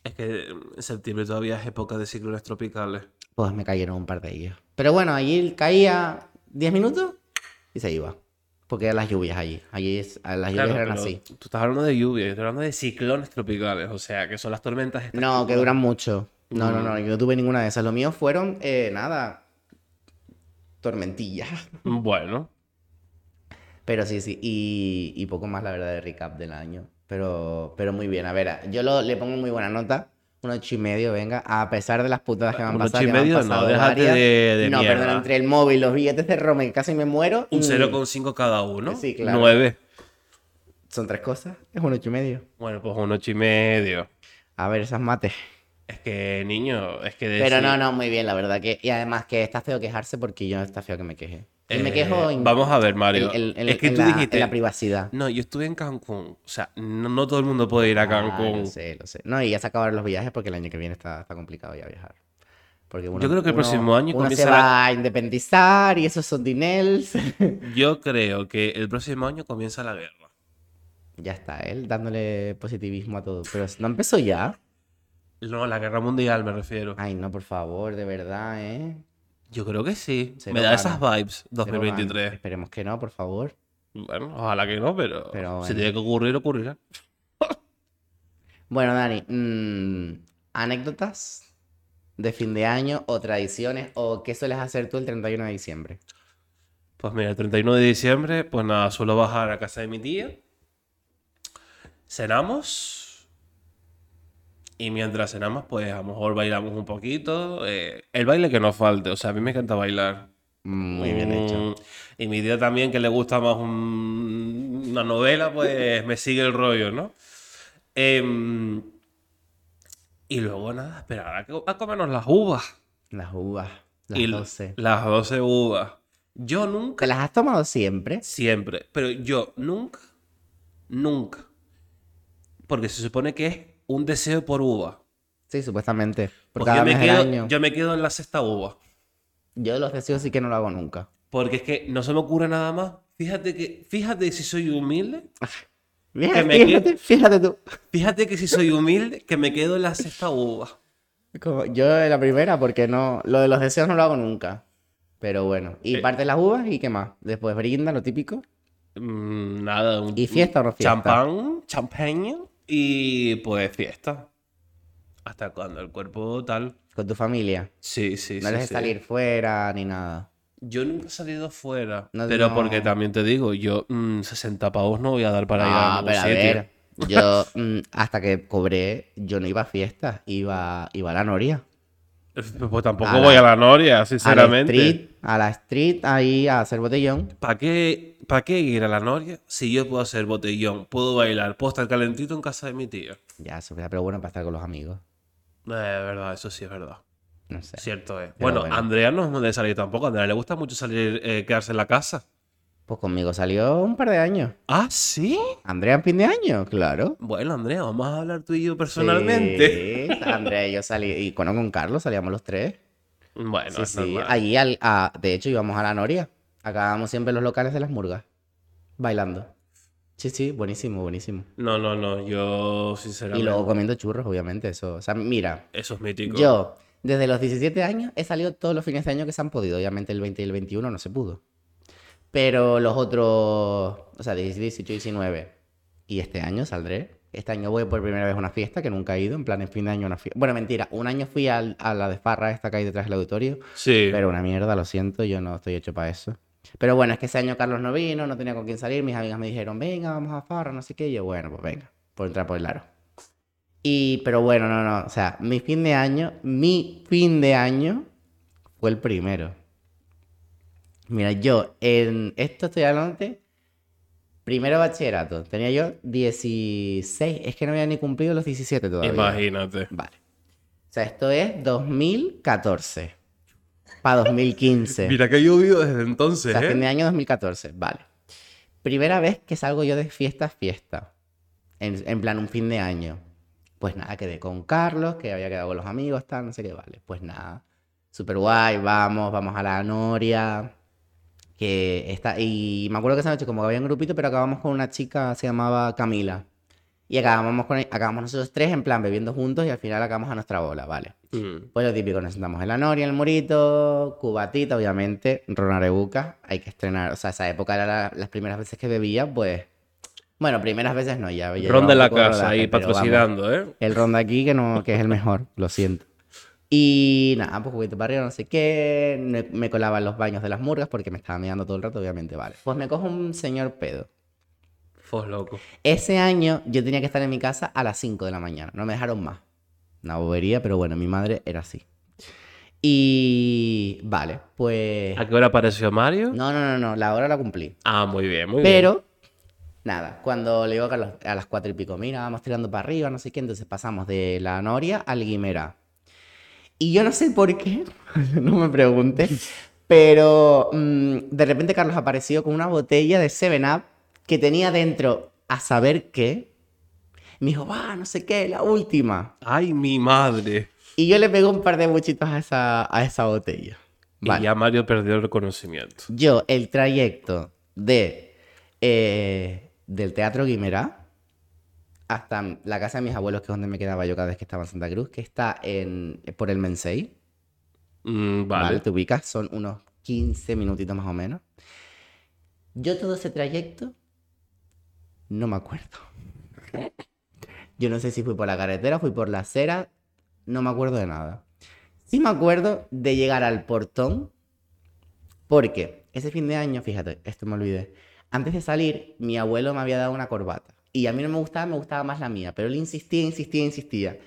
B: Es que en septiembre todavía es época de ciclones tropicales.
A: Pues me cayeron un par de ellos. Pero bueno, allí caía 10 minutos y se iba. Porque eran las lluvias allí. Allí es- las lluvias
B: Claro,
A: eran
B: pero
A: así.
B: Tú estás hablando de lluvia, yo estoy hablando de ciclones tropicales, o sea, que son las tormentas. estas
A: No, que
B: duran-
A: duran mucho. No, no,
B: Mm.
A: no, yo no tuve ninguna de esas. Lo mío fueron, eh, nada, tormentillas.
B: Bueno,
A: Pero sí, sí, y, y poco más, la verdad, de recap del año. Pero, pero muy bien, a ver, yo lo- le pongo muy buena nota. Un ocho y medio, venga, a pesar de las putadas que me han
B: Un
A: pasado.
B: ocho y
A: que me han
B: medio, no,
A: pasado
B: déjate
A: varias.
B: de- de
A: No, perdón,
B: mierda.
A: entre el móvil, los billetes de Roma, que casi me muero.
B: un
A: mm,
B: 0,5 cada uno.
A: Sí, claro.
B: 9.
A: Son tres cosas, es un ocho y medio.
B: Bueno, pues un 8 y medio.
A: A ver, esas mates.
B: Es que, niño, es que.
A: Pero no, no, muy bien, la verdad. que Y además que está feo quejarse porque yo está feo que me queje. Y me quejo en-
B: Vamos Eh, a ver,
A: en-
B: Mario.
A: en- en-
B: es que
A: en
B: tú
A: la-
B: dijiste.
A: en la privacidad.
B: No, yo estuve en Cancún. O sea, no, no todo el mundo puede ir a
A: Ah,
B: Cancún.
A: lo sé, lo sé. No, y ya se acabaron los viajes porque el año que viene está, está complicado ya viajar. Porque uno-
B: Yo creo que el
A: uno-
B: próximo año
A: uno se
B: comienza la-
A: va a independizar y esos son dinels.
B: Yo creo que el próximo año comienza la guerra.
A: ya está, él dándole positivismo a todo. Pero no empezó ya.
B: No, la guerra mundial me refiero.
A: Ay, no, por favor, de verdad, ¿eh?
B: Yo creo que sí.
A: Cero
B: me da
A: ganas.
B: esas vibes
A: Pero van,
B: 2023.
A: Esperemos que no, por favor.
B: Bueno, ojalá que no, pero,
A: Pero
B: si
A: bueno.
B: tiene que ocurrir, ocurrirá.
A: Bueno, Dani, mm, anécdotas de fin de año o tradiciones o qué sueles hacer tú el 31 de diciembre.
B: Pues mira, el 31 de diciembre, pues nada, suelo bajar a casa de mi tía. Cenamos. Y mientras cenamos, pues a lo mejor bailamos un poquito. eh, el baile que nos falte, o sea, a mí me encanta bailar.
A: Muy bien hecho.
B: Mm, Y mi tía también, que le gusta más un- una novela, pues me sigue el rollo, ¿no? Em, y luego nada, esperar a, co- a comernos las uvas.
A: Las uvas, las
B: Y
A: 12.
B: Las 12 uvas. Yo nunca,
A: ¿Te las has tomado siempre?
B: siempre, pero yo nunca, nunca. Porque se supone que es un deseo por uva.
A: Sí, supuestamente. Por
B: Pues
A: cada
B: yo, me
A: mes del
B: quedo,
A: año.
B: yo me quedo en la sexta uva.
A: Yo los deseos sí que no lo hago nunca.
B: Porque es que no se me ocurre nada más. Fíjate que, fíjate si soy humilde,
A: Mira,
B: me quedo-
A: fíjate, fíjate tú.
B: Fíjate que si soy humilde, que me quedo en la sexta uva.
A: Como- yo de la primera, porque no. Lo de los deseos no lo hago nunca. Pero bueno. Y
B: Eh.
A: parte las uvas y qué más. Después brinda, lo típico.
B: Mm, Nada. un-
A: ¿Y fiesta o no fiesta?
B: Champán, champaña y pues fiesta. Hasta cuando el cuerpo tal.
A: Con tu familia.
B: Sí, sí,
A: No
B: sí,
A: les de
B: sí.
A: salir fuera ni nada.
B: Yo nunca he salido fuera.
A: No,
B: pero
A: no.
B: porque también te digo, yo mm, 60 pavos no voy a dar para ir a
A: Ah,
B: ningún
A: pero a
B: sitio.
A: ver. Yo, mm, hasta que cobré, yo no iba a fiestas. Iba, iba a la noria.
B: Eh, Pues tampoco
A: A
B: voy
A: la-
B: a la Noria,
A: A la
B: sinceramente.
A: street, a la street, ahí a hacer botellón.
B: ¿Para qué, ¿Para qué ir a la Noria si yo puedo hacer botellón, puedo bailar, puedo estar calentito en casa de mi tío?
A: Ya, eso, pero bueno, para estar con los amigos.
B: No, es verdad, eso sí es verdad.
A: No sé.
B: Cierto es.
A: Pero
B: Bueno,
A: bueno.
B: Andrea no es de salir tampoco. A Andrea le gusta mucho salir, eh, quedarse en la casa.
A: Pues conmigo salió un par de años.
B: ¿Ah, sí?
A: Andrea en fin de año, claro.
B: Bueno, Andrea, vamos a hablar tú y yo personalmente.
A: Sí, Andrea y yo salí, y con, con Carlos salíamos los tres.
B: Bueno,
A: sí,
B: es
A: sí.
B: normal.
A: Allí, al, a- de hecho, íbamos a la Noria. Acabábamos siempre en los locales de las murgas, bailando. Sí, sí, buenísimo, buenísimo.
B: No, no, no. Yo,
A: Y
B: sinceramente,
A: luego comiendo churros, obviamente, eso. O sea, mira,
B: eso es mítico.
A: yo desde los 17 años he salido todos los fines de año que se han podido. Obviamente el 20 y el 21 no se pudo. Pero los otros, o sea, 17, 18, 19. Y este año saldré. Este año voy por primera vez a una fiesta que nunca he ido. En plan, en fin de año una fiesta. Bueno, mentira. Un año fui al- a la de Farra, esta que hay detrás del auditorio.
B: Sí.
A: Pero una mierda, lo siento. Yo no estoy hecho para eso. Pero bueno, es que ese año Carlos no vino, no tenía con quién salir. Mis amigas me dijeron, venga, vamos a Farra, no sé qué. Y yo, bueno, pues venga, por entrar por el aro. Y, pero bueno, no, no. O sea, mi fin de año, mi fin de año fue el primero. Mira, yo en esto estoy hablando Primero bachillerato. Tenía yo 16. Es que no había ni cumplido los 17 todavía.
B: Imagínate.
A: Vale. O sea, esto es 2014. Para 2015.
B: Mira que he llovido desde
A: O
B: entonces,
A: sea, fin
B: ¿eh?
A: de año 2014, vale. Primera vez que salgo yo de fiesta a fiesta. En, en plan, un fin de año. Pues nada, quedé con Carlos, que había quedado con los amigos, tal, no sé qué, vale. Pues nada. Super guay, vamos, vamos a la Noria. Que está, y me acuerdo que esa noche como que había un grupito, pero acabamos con una chica, se llamaba Camila. Y acabamos, con, acabamos nosotros tres en plan bebiendo juntos y al final acabamos a nuestra bola, vale.
B: Mm.
A: Pues lo típico, nos sentamos en la noria, en el murito, cubatita, obviamente, ronarebuca, hay que estrenar. O sea, esa época era la- las primeras veces que bebía, pues... Bueno, primeras veces no, ya. ya
B: Ron
A: llevaba
B: de la
A: un poco de
B: casa
A: rodaje,
B: ahí
A: pero vamos,
B: patrocinando, ¿eh?
A: El ron de aquí que, no, que es el mejor, lo siento. Y nada, pues juguito para arriba, no sé qué, me, me colaba en los baños de las murgas porque me estaba mirando todo el rato, obviamente, vale. Pues me cojo un señor pedo.
B: Fos loco.
A: Ese año yo tenía que estar en mi casa a las 5 de la mañana. No me dejaron más. Una bobería, pero bueno, mi madre era así. Y vale, pues...
B: ¿A qué hora apareció Mario?
A: No, no, no, no, la hora la cumplí.
B: Ah, muy bien, muy bien.
A: Pero, nada, cuando le digo a Carlos a las 4 y pico, mira, vamos tirando para arriba, no sé qué, entonces pasamos de la Noria al Guimera. Y yo no sé por qué, no me pregunte, pero mm, de repente Carlos apareció con una botella de 7-Up que tenía dentro a saber qué. Me dijo, va, no sé qué, la última.
B: Ay, mi madre.
A: Y yo le pegué un par de buchitos a esa, a esa botella.
B: Y ya Mario perdió el conocimiento.
A: Yo, el trayecto de eh, del Teatro Guimerá hasta la casa de mis abuelos, que es donde me quedaba yo cada vez que estaba en Santa Cruz, que está en, por el Mensei,
B: Mm,
A: ¿vale?
B: vale.
A: Te ubicas, son unos 15 minutitos más o menos. Yo todo ese trayecto no me acuerdo. Yo no sé si fui por la carretera, fui por la acera, no me acuerdo de nada. Sí me acuerdo de llegar al portón, porque ese fin de año, fíjate, esto me olvidé. Antes de salir, mi abuelo me había dado una corbata. Y a mí no me gustaba, me gustaba más la mía. Pero él insistía, insistía, insistía.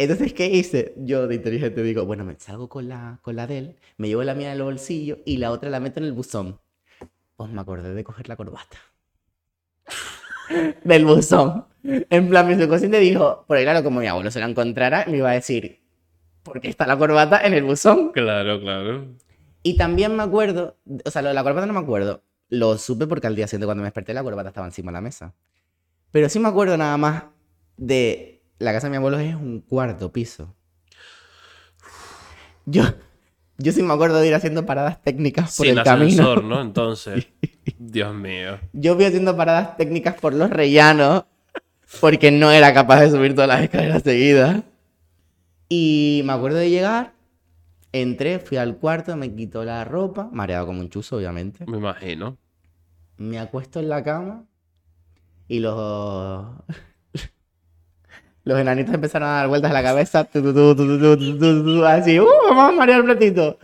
A: Entonces, ¿qué hice? Yo de inteligente digo, bueno, me salgo con la, con la de él, me llevo la mía en el bolsillo y la otra la meto en el buzón. Pues me acordé de coger la corbata. Del buzón. En plan, mi subconsciente dijo, porque claro, como mi abuelo se la encontrara, me iba a decir, ¿por qué está la corbata en el buzón?
B: Claro, claro.
A: Y también me acuerdo, o sea, lo de la corbata no me acuerdo. Lo supe porque al día siguiente cuando me desperté la corbata estaba encima de la mesa. Pero sí me acuerdo nada más de la casa de mi abuelo es un cuarto piso. Yo, yo sí me acuerdo de ir haciendo paradas técnicas por
B: Sin
A: el camino.
B: ascensor, ¿no? Entonces. Dios mío.
A: Yo fui haciendo paradas técnicas por los rellanos porque no era capaz de subir todas las escaleras seguidas. Y me acuerdo de llegar, entré, fui al cuarto, me quitó la ropa, mareado como un chuzo, obviamente.
B: Me imagino.
A: Me acuesto en la cama y los. Los enanitos empezaron a dar vueltas a la cabeza, tu, tu, tu, tu, tu, tu, tu, tu, así, ¡uh! Vamos a marear un ratito.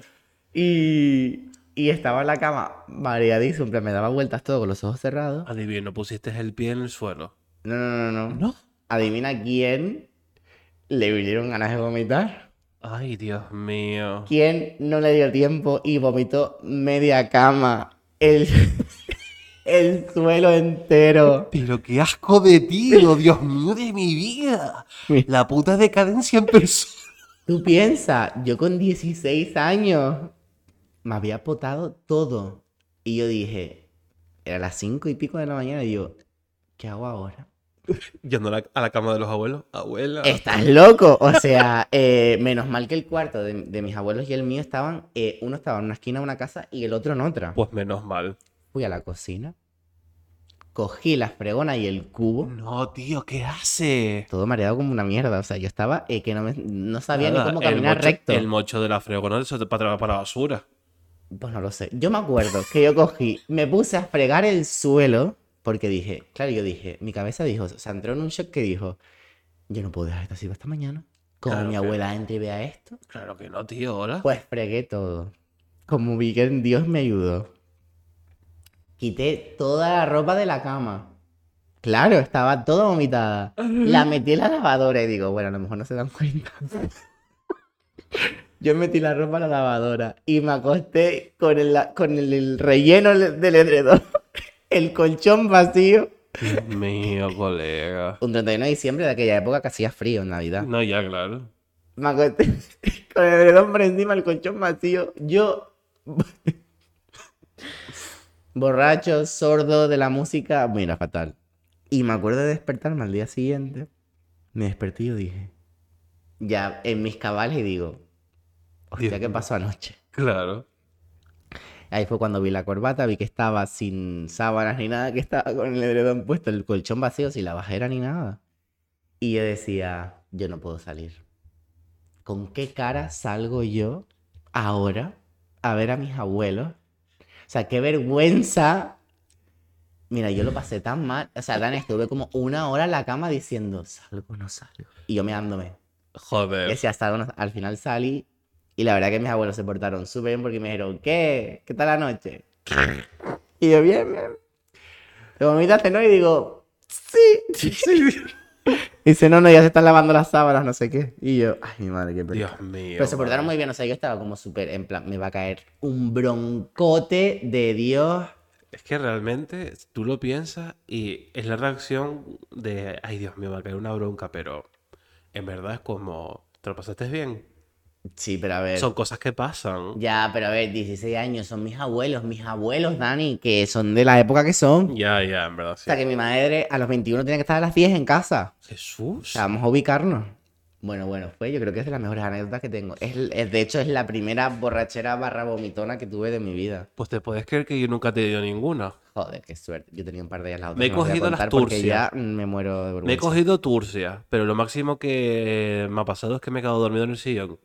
A: Y, y estaba en la cama mareadísimo, en plan, me daba vueltas todo con los ojos cerrados.
B: Adivino, pusiste el pie en el suelo.
A: No, no, no, no.
B: ¿No?
A: Adivina quién le vinieron ganas de vomitar.
B: Ay, Dios mío.
A: ¿Quién no le dio tiempo y vomitó media cama? El, el suelo entero.
B: Pero qué asco de tío, Dios mío de mi vida.
A: Mira.
B: La puta decadencia en persona.
A: Tú piensas, yo con 16 años me había potado todo. Y yo dije, era las 5 y pico de la mañana, y yo, ¿qué hago ahora?
B: Yendo a la, a la cama de los abuelos. Abuela.
A: Estás loco. O sea, eh, menos mal que el cuarto de, de mis abuelos y el mío estaban, eh, uno estaba en una esquina de una casa y el otro en otra.
B: Pues menos mal.
A: Fui a la cocina, cogí la fregona y el cubo,
B: No, tío, ¿qué hace?
A: todo mareado como una mierda. O sea, yo estaba eh, que no, me- no sabía
B: Nada,
A: ni cómo
B: Ah, el
A: caminar
B: mocho-
A: recto.
B: El mocho de la fregona eso te para, para la basura.
A: Pues no lo sé. Yo me acuerdo que yo cogí, me puse a fregar el suelo porque dije, claro, yo dije, mi cabeza dijo, o sea, entró en un shock que dijo, yo no puedo dejar esto así para esta mañana. Como
B: Claro,
A: mi
B: claro.
A: abuela entre y vea esto,
B: Claro que no, tío, hola.
A: pues fregué todo. Como vi que Dios me ayudó. Quité toda la ropa de la cama. Claro, estaba toda vomitada. La metí en la lavadora y digo, bueno, a lo mejor no se dan cuenta. Yo metí la ropa en la lavadora y me acosté con el, la- con el, el relleno del edredón el colchón vacío.
B: Dios mío, colega.
A: Un 31 de diciembre de aquella época que hacía frío en Navidad.
B: No, ya, claro.
A: Me acosté con el edredón por encima, el colchón vacío. Yo. Borracho, sordo de la música. Mira, fatal. Y me acuerdo de despertarme al día siguiente. Me desperté y yo dije. Ya en mis cabales y digo. Hostia,
B: Dios
A: ¿qué
B: mío.
A: pasó anoche?
B: Claro.
A: Ahí fue cuando vi la corbata, vi que estaba sin sábanas ni nada, que estaba con el edredón puesto, el colchón vacío, sin la bajera ni nada. Y yo decía, yo no puedo salir. ¿Con qué cara salgo yo ahora a ver a mis abuelos? O sea, qué vergüenza. Mira, yo lo pasé tan mal. O sea, Dan, estuve como una hora en la cama diciendo, salgo, no salgo. Y yo meándome.
B: Joder.
A: Que si hasta ahora no- al final salí. Y la verdad que mis abuelos se portaron súper bien porque me dijeron, ¿qué? ¿Qué tal la noche? Y yo, bien, bien. Te vomitaste, ¿no? Y digo, sí. Y dice, no, no, ya se están lavando las sábanas, no sé qué. Y yo, ay, mi madre, qué pena.
B: Dios mío.
A: Pero se portaron muy bien, o sea, yo estaba como súper, en plan, me va a caer un broncote de Dios.
B: Es que realmente tú lo piensas y es la reacción de, ay Dios mío, va a caer una bronca, pero en verdad es como, ¿te lo pasaste bien?
A: Sí, pero a ver.
B: Son cosas que pasan.
A: Ya, pero a ver, 16 años, son mis abuelos, mis abuelos, Dani, que son de la época que son.
B: Ya, ya, en verdad,
A: O
B: sí.
A: sea, que mi madre a los 21 tenía que estar a las 10 en casa. O
B: Jesús.
A: sea, vamos a ubicarnos. Bueno, bueno, fue, yo creo que es de las mejores anécdotas que tengo. Es, es- de hecho, es la primera borrachera barra vomitona que tuve de mi vida.
B: Pues te puedes creer que yo nunca te he dio ninguna.
A: Joder, qué suerte. Yo tenía un par de ellas las otras
B: Me he
A: no las voy a
B: cogido las
A: contar porque
B: turcias.
A: ya me muero de vergüenza.
B: Me he cogido Turcia, pero lo máximo que me ha pasado es que me he quedado dormido en el sillón.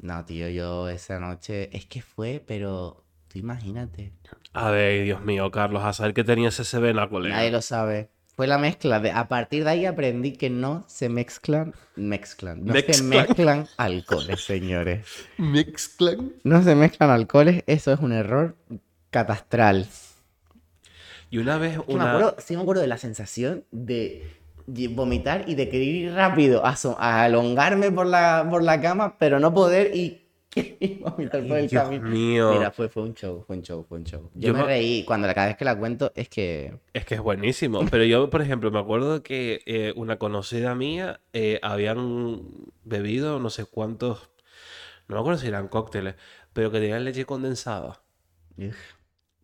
A: No, tío, yo esa noche... Es que fue, pero... Tú imagínate.
B: A ver, Dios mío, Carlos, a saber que tenías ese vena, colega.
A: Nadie lo sabe. Fue la mezcla de... A partir de ahí aprendí que no se mezclan... Mezclan. No se
B: Mezclan.
A: mezclan alcoholes, señores.
B: Mixclan.
A: No se mezclan alcoholes, eso es un error catastral.
B: Y una vez
A: Que me
B: una...
A: acuerdo, sí me acuerdo de la sensación de lle- vomitar y de querer ir rápido, a, so- a alongarme por la, por la cama, pero no poder y, y vomitar por
B: Ay,
A: el
B: Dios
A: camino.
B: mío.
A: Mira, fue, fue un show, fue un show, fue un show. Yo,
B: Yo
A: me
B: me-
A: reí, cuando la- cada vez que la cuento es que...
B: Es que es buenísimo. Pero yo, por ejemplo, me acuerdo que eh, una conocida mía eh, habían bebido no sé cuántos, no me acuerdo si eran cócteles, pero que tenían leche condensada.
A: Uf.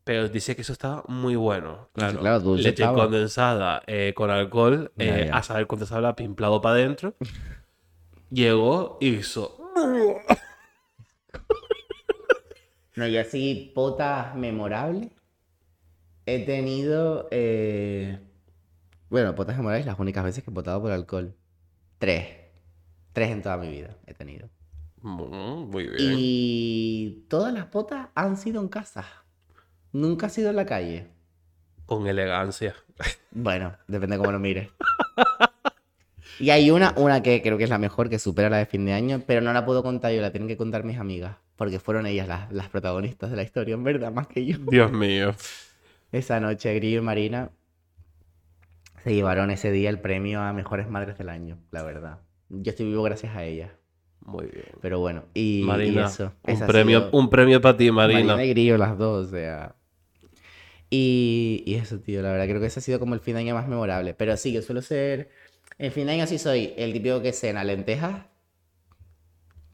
B: Pero dice que eso estaba muy bueno.
A: Sí,
B: Claro,
A: claro, dulce
B: leche
A: estaba.
B: condensada eh, con alcohol,
A: Ya,
B: eh,
A: ya.
B: a saber cuánto estaba pimplado para adentro. Llegó y hizo.
A: No, yo así, potas memorables. He tenido... eh, Bueno, potas memorables las únicas veces que he potado por alcohol. Tres. Tres en toda mi vida he tenido.
B: "Mm, Muy bien.
A: Y todas las potas han sido en casa. Nunca ha sido en la calle.
B: Con elegancia.
A: Bueno, depende cómo lo mires. Y hay una, una que creo que es la mejor, que supera la de fin de año, pero no la puedo contar yo, la tienen que contar mis amigas, porque fueron ellas las, las protagonistas de la historia, en verdad, más que yo.
B: Dios mío.
A: Esa noche, Grillo y Marina se llevaron ese día el premio a Mejores Madres del Año, la verdad. Yo estoy vivo gracias a ellas,
B: Muy bien.
A: pero bueno, y, y
B: Marina,
A: eso.
B: un
A: esa ha
B: premio,
A: sido-
B: un premio para ti,
A: Marina.
B: Marina.
A: y Grillo, las dos, o sea. Y, y eso, tío, la verdad, creo que ese ha sido como el fin de año más memorable. Pero sí, yo suelo ser. En fin de año sí soy el típico que cena lentejas.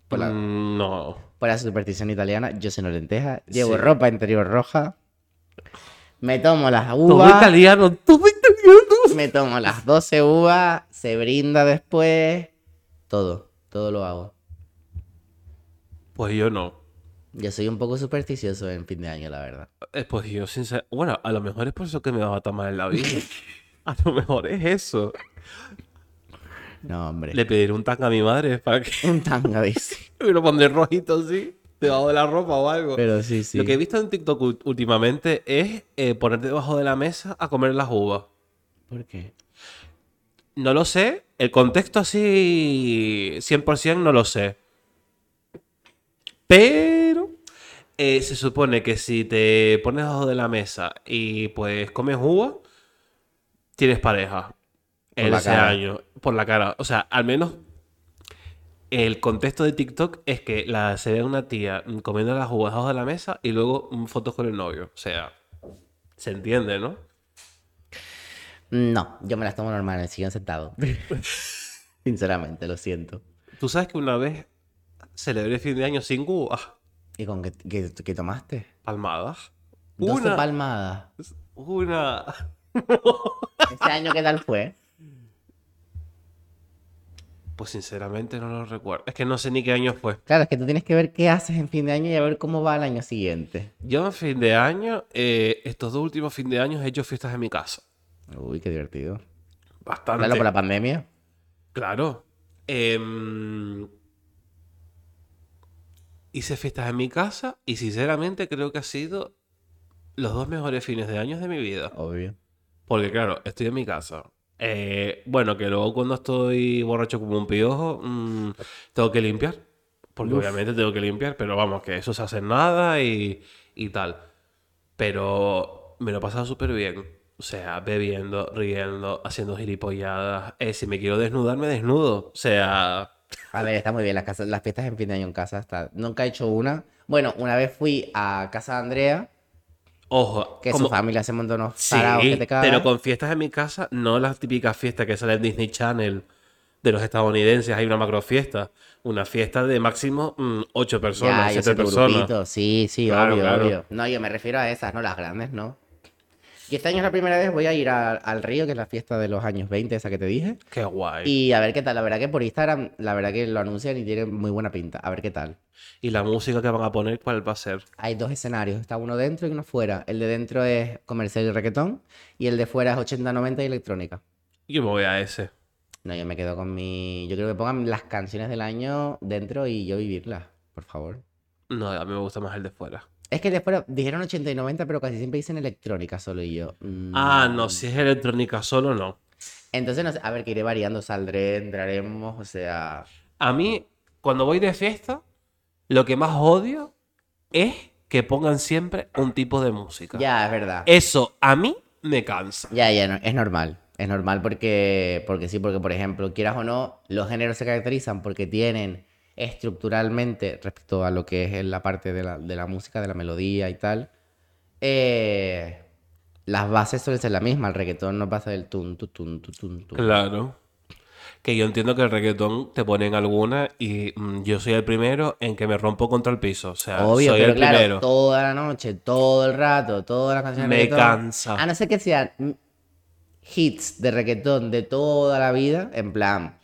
A: Por la,
B: Mm, No.
A: por la superstición italiana, yo ceno lentejas. Llevo
B: Sí.
A: ropa interior roja. Me tomo las
B: Todo
A: uvas.
B: italiano, todo italiano.
A: Me tomo las 12 uvas. Se brinda después. Todo, todo lo hago.
B: Pues yo no.
A: Yo soy un poco supersticioso en fin de año, la verdad.
B: Eh, Pues yo, sinceramente. Bueno, a lo mejor es por eso que me va a tomar en la vida. A lo mejor es eso.
A: No, hombre.
B: Le pediré un tanga a mi madre para que
A: Un tanga, dice.
B: me lo pondré rojito así, debajo de la ropa o algo.
A: Pero sí, sí.
B: Lo que he visto en TikTok ú- últimamente es eh, ponerte debajo de la mesa a comer las uvas.
A: ¿Por qué?
B: No lo sé. El contexto así 100% no lo sé. Pero eh, se supone que si te pones debajo de la mesa y pues comes uva, tienes pareja.
A: Por
B: En
A: la
B: ese
A: cara.
B: año. Por la cara. O sea, al menos el contexto de TikTok es que la, se ve a una tía mm, comiendo las uvas debajo de la mesa y luego mm, fotos con el novio. O sea, se entiende, ¿no?
A: No, yo me las tomo normales, siguen sentados. Sinceramente, lo siento.
B: ¿Tú sabes que una vez celebré fin de año sin uvas
A: ¿Y con qué, qué- qué tomaste?
B: palmadas?
A: 12
B: Una,
A: palmadas.
B: una.
A: ¿Este año qué tal fue?
B: Pues sinceramente no lo recuerdo. Es que no sé ni qué año fue.
A: Claro, es que tú tienes que ver qué haces en fin de año y a ver cómo va el año siguiente.
B: Yo en fin de año, eh, estos dos últimos fin de año he hecho fiestas en mi casa.
A: Uy, qué divertido.
B: Bastante.
A: Claro, por la pandemia.
B: Claro. Em, hice fiestas en mi casa y sinceramente creo que ha sido los dos mejores fines de años de mi vida.
A: Obvio.
B: Porque claro, estoy en mi casa. Eh, bueno, que luego cuando estoy borracho como un piojo, mm, tengo que limpiar. Porque
A: Uf.
B: obviamente tengo que limpiar, pero vamos, que eso se hace en nada y, y tal. Pero me lo he pasado súper bien. O sea, bebiendo, riendo, haciendo gilipolladas. Eh, si me quiero desnudar, me desnudo. O sea,
A: A ver, está muy bien. Las, casas- las fiestas en fin de año en casa. Está... Nunca he hecho una. Bueno, una vez fui a casa de Andrea,
B: ojo.
A: que
B: como-
A: su familia se montó unos
B: Sí,
A: parados que te ¿eh? cagas.
B: pero con fiestas en mi casa, no las típicas fiestas que salen en Disney Channel de los estadounidenses. Hay una macro fiesta. Una fiesta de máximo mm, ocho personas,
A: yo
B: siete
A: soy tu
B: personas.
A: grupito, Sí, sí,
B: Claro,
A: obvio,
B: claro.
A: obvio. No, yo me refiero a esas, no las grandes, ¿no? Y este año es la primera vez voy a ir a- al río, que es la fiesta de los años 20, esa que te dije.
B: Qué guay. Y...
A: Y a ver qué tal. La verdad que por Instagram, la verdad que lo anuncian y tienen muy buena pinta. A ver qué tal.
B: la música que van a poner, ¿cuál va a ser?
A: Hay dos escenarios, está uno dentro y uno fuera. El de dentro es comercial y reggaetón y el de fuera es 80-90 y electrónica.
B: Yo me voy a ese.
A: No, yo me quedo con mi... Yo creo que pongan las canciones del año dentro y yo vivirlas, por favor.
B: No, a mí me gusta más el de fuera.
A: Es que el de fuera dijeron 80 y 90, pero casi siempre dicen electrónica solo y yo. mm.
B: Ah, no, si es electrónica solo, no.
A: Entonces, no sé, a ver, que iré variando, saldré, entraremos, o sea...
B: A mí, cuando voy de fiesta, lo que más odio es que pongan siempre un tipo de música.
A: Ya, es verdad.
B: Eso a mí me cansa.
A: Ya, ya, no, es normal. Es normal porque, porque sí, porque por ejemplo, quieras o no, los géneros se caracterizan porque tienen estructuralmente, respecto a lo que es en la parte de la, de la música, de la melodía y tal, eh, las bases suelen ser las mismas. El reggaetón no pasa del tun, tu, tun, tu, tun, tun.
B: Claro. Que yo entiendo que el reggaetón te ponen alguna y mm, yo soy el primero en que me rompo contra el piso. O sea,
A: Obvio,
B: soy
A: pero
B: el
A: claro,
B: primero.
A: toda la noche, todo el rato, todas las canciones de
B: Me
A: reggaetón.
B: cansa.
A: A no ser que sean mm, hits de reggaetón de toda la vida, en plan,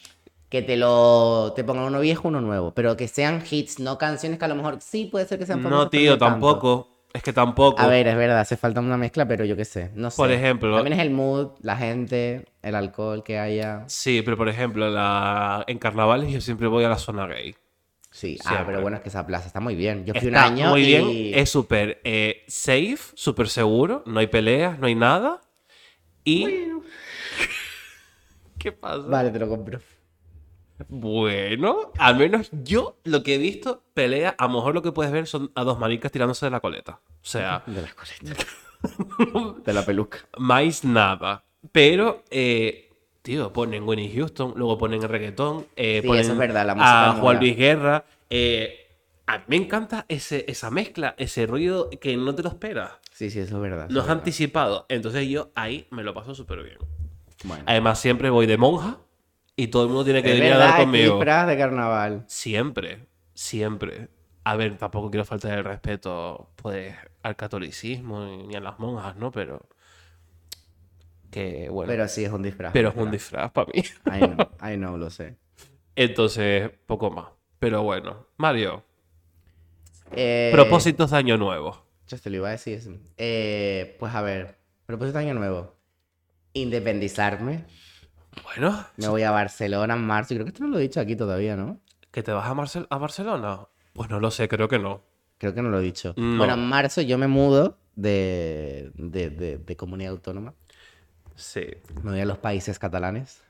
A: que te lo te pongan uno viejo, uno nuevo, pero que sean hits, no canciones que a lo mejor sí puede ser que sean famosas,
B: No,
A: pero
B: tío,
A: tanto.
B: tampoco. Es que tampoco.
A: A ver, es verdad, hace falta una mezcla, pero yo qué sé, no sé.
B: Por ejemplo-
A: También es el mood, la gente, el alcohol que haya.
B: Sí, pero por ejemplo, la... en carnavales yo siempre voy a la zona gay.
A: Sí, ah,
B: Siempre.
A: pero bueno, es que esa plaza está muy bien. Yo fui un
B: Está
A: año
B: muy bien,
A: y-
B: es súper eh, safe, súper seguro, no hay peleas, no hay nada. Y... ¿Qué pasa?
A: Vale, te lo compro.
B: Bueno, al menos yo lo que he visto, pelea, a lo mejor lo que puedes ver son a dos maricas tirándose de la coleta. O sea,
A: De las coletas. de la peluca.
B: más nada. Pero, eh, tío, ponen Winnie Houston, luego ponen reggaetón, eh,
A: Sí,
B: ponen
A: eso es verdad, la música
B: a
A: mola.
B: Juan Luis Guerra. eh, a mí me encanta ese, esa mezcla, ese ruido que no te lo esperas.
A: Sí, sí, eso es verdad. eso
B: No
A: es
B: es
A: verdad.
B: anticipado. Entonces yo ahí me lo paso súper bien.
A: Bueno.
B: Además, siempre voy de monja y todo el mundo tiene que
A: Es
B: venir a
A: verdad,
B: dar
A: estoy
B: conmigo.
A: disfraz de carnaval.
B: Siempre, siempre. A ver, tampoco quiero faltar el respeto, pues, al catolicismo y- ni a las monjas, ¿no? Pero. Que bueno. Pero,
A: Pero sí, es un disfraz.
B: es un disfraz para mí.
A: I know, I know, lo sé.
B: Entonces, poco más. Pero bueno, Mario,
A: Eh,
B: propósitos de año nuevo.
A: Yo te lo iba a decir. Eh, pues a ver, propósito de año nuevo. Independizarme.
B: Bueno,
A: Me voy a Barcelona en marzo. y Creo que esto no lo he dicho aquí todavía, ¿no?
B: ¿que te vas a, Marcel- a Barcelona? Pues no lo sé, creo que no.
A: Creo que no lo he dicho.
B: No.
A: Bueno, en marzo yo me mudo de, de, de, de comunidad autónoma.
B: Sí.
A: Me voy a los países catalanes.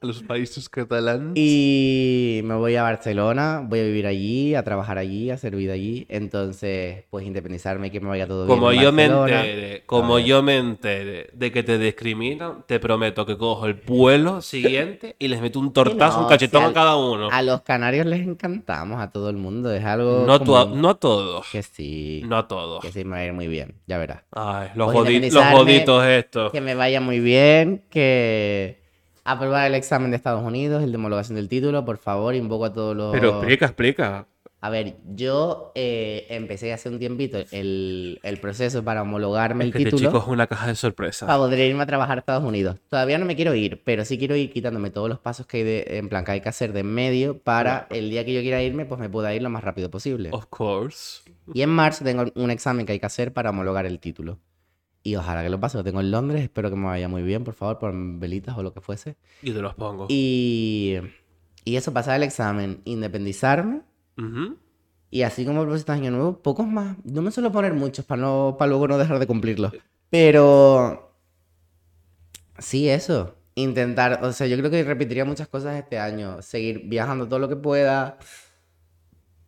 C: a los países catalanes.
A: Y me voy a Barcelona, voy a vivir allí, a trabajar allí, a hacer vida allí. Entonces, pues independizarme, que me vaya todo bien.
B: Como
A: en
B: yo me
A: Barcelona.
B: entere, como yo me entere de que te discriminan, te prometo que cojo el pueblo siguiente y les meto un tortazo,
A: no,
B: un cachetón
A: si al-
B: a cada uno.
A: A los canarios les encantamos, a todo el mundo. Es algo.
B: No, tu-
A: común.
B: no a todos.
A: Que sí.
B: No a todos.
A: Que sí, me va a ir muy bien, ya verás.
B: Ay, los,
A: Voy a
B: jodi- los
A: independizarme.
B: joditos estos.
A: Que me vaya muy bien, que aprobar el examen de Estados Unidos, el de homologación del título, por favor, invoco a todos los...
B: Pero explica, explica.
A: A ver, yo eh, empecé hace un tiempito el, el proceso para homologarme
B: Es
A: el
B: que este chico
A: título Ah,
B: es una caja de sorpresas.
A: para poder irme a trabajar a Estados Unidos. Todavía no me quiero ir, pero sí quiero ir quitándome todos los pasos que hay de, en plan que hay que hacer de en medio para el día que yo quiera irme, pues me pueda ir lo más rápido posible.
B: Of course.
A: Y en marzo tengo un examen que hay que hacer para homologar el título. Y ojalá que lo pase, lo tengo en Londres, espero que me vaya muy bien, por favor, por velitas o lo que fuese.
B: Yo te los pongo.
A: Y, y eso, pasar el examen, independizarme.
B: Ujú.
A: Y así como propósitos de año nuevo, pocos más. No me suelo poner muchos para no, para luego no dejar de cumplirlos. Pero... Sí, eso. Intentar, o sea, yo creo que repetiría muchas cosas este año. Seguir viajando todo lo que pueda.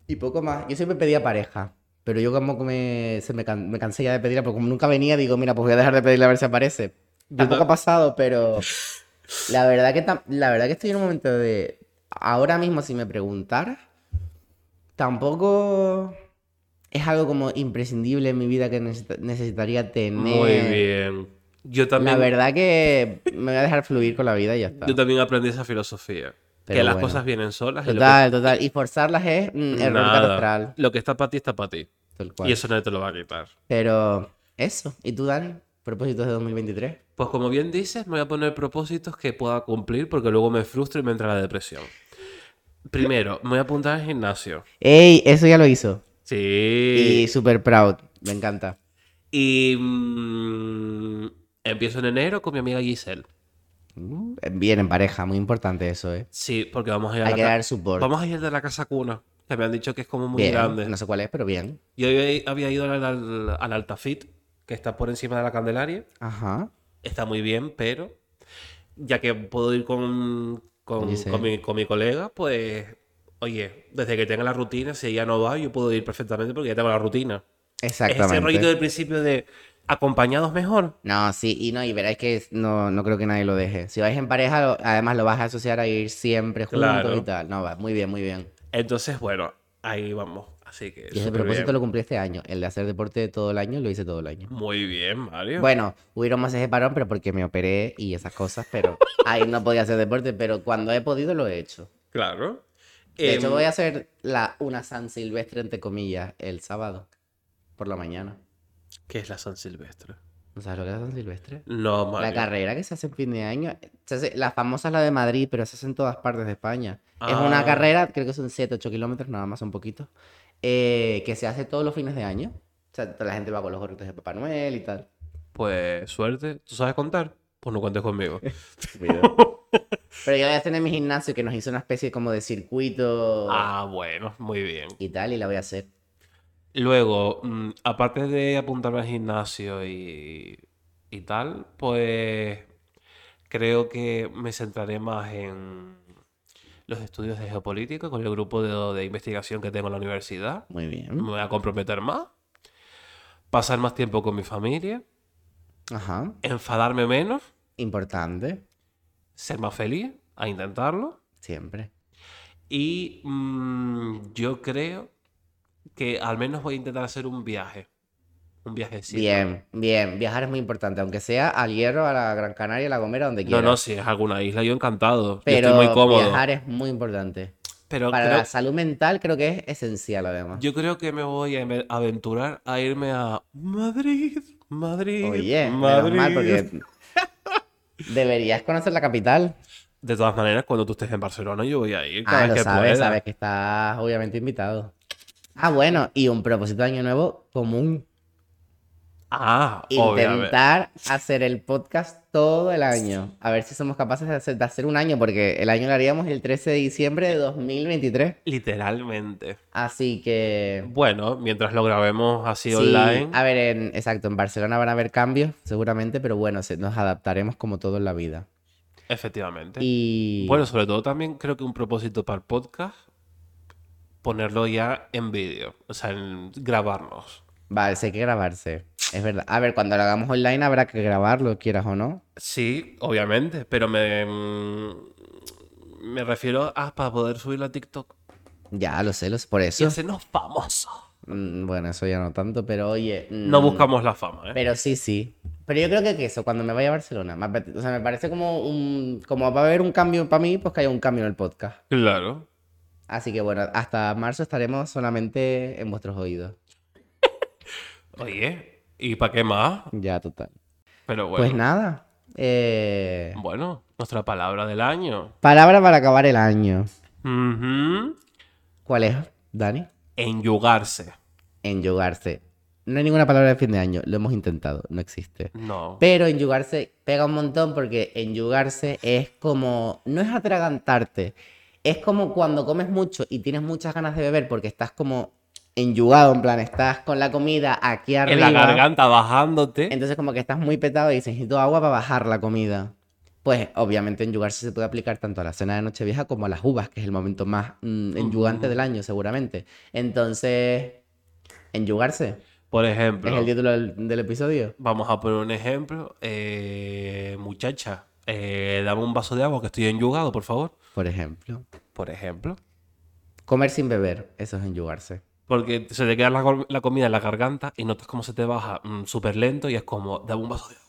A: Y poco más. Yo siempre pedía pareja. Pero yo como que me, se me, can- me cansé ya de pedirla, porque como nunca venía, digo, mira, pues voy a dejar de pedirla a ver si aparece. Tampoco ha pasado, pero... La verdad que, tam- la verdad que estoy en un momento de... Ahora mismo, si me preguntaras, tampoco es algo como imprescindible en mi vida que necesit- necesitaría tener.
B: Muy bien. Yo
A: La
B: también,
A: verdad que me voy a dejar fluir con la vida y ya está.
B: yo también aprendí esa filosofía.
A: Pero
B: que las
A: bueno.
B: cosas vienen solas. y lo que-
A: Total, total. Y forzarlas es mm, error
B: Nada.
A: catastral.
B: Lo que está para ti está para ti.
A: Tal cual.
B: Y eso nadie te lo va a quitar.
A: Pero eso. ¿Y tú, Dani? Propósitos de 2023.
B: Pues como bien dices, me voy a poner propósitos que pueda cumplir porque luego me frustro y me entra la depresión. Primero, me voy a apuntar al gimnasio.
A: ¡Ey! Eso ya lo hizo. Y
B: Sí.
A: super proud. Me encanta.
B: Y, mm, empiezo en enero con mi amiga Giselle.
A: Mm, Bien, en pareja. Muy importante eso, ¿eh?
B: Sí, porque vamos a ir a
A: Hay
B: la
A: que
B: ca-
A: dar support.
B: Vamos a ir de la casa cuna. Que me han dicho que es como muy
A: bien.
B: grande.
A: No sé cuál es, pero bien.
B: Yo había- había ido al, al, al Altafit, que está por encima de la Candelaria.
A: Ajá.
B: Está muy bien, pero ya que puedo ir con, con,
A: Giselle.
B: con mi, con mi colega, pues, oye, desde que tenga la rutina, si ella no va, yo puedo ir perfectamente porque ya tengo la rutina. Es
A: Exactamente.
B: ese rollito del principio de acompañados mejor.
A: No, sí, y no, y verás que es- no, no creo que nadie lo deje. Si vais en pareja, lo- además lo vas a asociar a ir siempre juntos
B: Claro.
A: y tal. No, va, muy bien, muy bien.
B: Entonces, bueno, ahí vamos. Así que...
A: Y ese
B: súper
A: propósito
B: bien.
A: lo cumplí este año. El de hacer deporte todo el año, lo hice todo el año.
B: Muy bien, Mario.
A: Bueno, hubieron más ese parón, pero porque me operé y esas cosas, pero ahí no podía hacer deporte, pero cuando he podido lo he hecho.
B: Claro.
A: De hecho,
B: Em,
A: voy a hacer la, una San Silvestre, entre comillas, el sábado, por la mañana.
B: ¿Qué es la San Silvestre?
A: ¿No sabes lo que es San Silvestre?
B: No,
A: La
B: Mario.
A: carrera que se hace en fin de año, se hace- la famosa es la de Madrid, pero se hace en todas partes de España. Es una
B: Ah.
A: carrera, creo que son 7, 8 kilómetros, nada más, un poquito, eh, que se hace todos los fines de año. O sea, la gente va con los gorritos de Papá Noel y tal.
B: Pues suerte. ¿Tú sabes contar? Pues no cuentes conmigo.
A: Pero yo voy a hacer en mi gimnasio que nos hizo una especie como de circuito
B: ah, bueno, muy bien.
A: y tal, y la voy a hacer.
B: Luego, mm, aparte de apuntarme al gimnasio y, y tal, pues creo que me centraré más en los estudios de geopolítica con el grupo de, de investigación que tengo en la universidad.
A: Muy bien.
B: Me voy a comprometer más. Pasar más tiempo con mi familia.
A: Ajá.
B: Enfadarme menos.
A: Importante.
B: Ser más feliz. A intentarlo.
A: Siempre.
B: Y mm, yo creo que al menos voy a intentar hacer un viaje. Un viajecito.
A: bien, bien. Viajar es muy importante, aunque sea al Hierro, a la Gran Canaria, a la Gomera, donde
B: No,
A: quieras.
B: no, si es alguna isla, yo encantado.
A: Pero
B: yo estoy muy cómodo.
A: viajar es muy importante.
B: Pero
A: Para
B: creo-
A: la salud mental creo que es esencial además.
B: yo creo que me voy a ave- aventurar a irme a Madrid, Madrid,
A: Oye, menos
B: Madrid.
A: mal porque deberías conocer la capital.
B: De todas maneras, cuando tú estés en Barcelona, yo voy a ir cada
A: Ah,
B: vez
A: lo
B: que
A: sabes,
B: pueda.
A: sabes que estás obviamente invitado. Ah, bueno, y un propósito de año nuevo común.
B: Ah, obviamente.
A: Intentar hacer el podcast todo el año. A ver si somos capaces de hacer, de hacer un año, porque el año lo haríamos el 13 de diciembre de 2023.
B: Literalmente.
A: Así que...
B: Bueno, mientras lo grabemos así
A: sí,
B: online.
A: a ver, en- exacto, en Barcelona van a haber cambios, seguramente, pero bueno, se- nos adaptaremos como todo en la vida.
B: Efectivamente.
A: Y.
B: Bueno, sobre todo también creo que un propósito para el podcast, ponerlo ya en vídeo, o sea, en grabarnos.
A: Vale, sí hay que grabarse. Es verdad. A ver, cuando lo hagamos online habrá que grabarlo, quieras o no.
B: Sí, obviamente, pero me, mm, me refiero a para poder subirlo a TikTok
A: Ya, lo sé, lo sé. Por
B: y
A: eso.
B: hacernos famosos.
A: Mm, Bueno, eso ya no tanto, pero oye.
B: No
A: mm,
B: buscamos la fama, ¿eh?
A: Pero sí, sí. Pero yo creo que, que eso, cuando me vaya a Barcelona, me apete- o sea, me parece como un. Como va a haber un cambio para mí, pues que haya un cambio en el podcast.
B: Claro.
A: Así que bueno, hasta marzo estaremos solamente en vuestros oídos.
B: Oye, ¿y para qué más?
A: Ya, total.
B: Pero bueno.
A: Pues nada. eh,
B: Bueno, nuestra palabra del año.
A: Palabra para acabar el año.
B: Ujú.
A: ¿Cuál es, Dani?
B: Enyugarse.
A: Enyugarse. No hay ninguna palabra de fin de año. Lo hemos intentado. No existe.
B: No.
A: Pero enyugarse pega un montón porque enyugarse es como. No es atragantarte. Es como cuando comes mucho y tienes muchas ganas de beber porque estás como enyugado, en plan, estás con la comida aquí
B: en
A: arriba.
B: la garganta bajándote.
A: Entonces como que estás muy petado y dices, necesito agua para bajar la comida. Pues obviamente enyugarse se puede aplicar tanto a la cena de Nochevieja como a las uvas, que es el momento más mm, enyugante
B: Ujú.
A: del año seguramente. Entonces, enyugarse
B: Por
A: es
B: ejemplo,
A: el título del, del episodio.
B: vamos a poner un ejemplo. Eh, muchacha, eh, dame un vaso de agua que estoy enyugado, por favor.
A: Por ejemplo,
B: Por ejemplo.
A: comer sin beber, eso es enyugarse.
B: Porque se te queda la, gol- la comida en la garganta y notas cómo se te baja mm, súper lento y es como, dame un vaso de agua.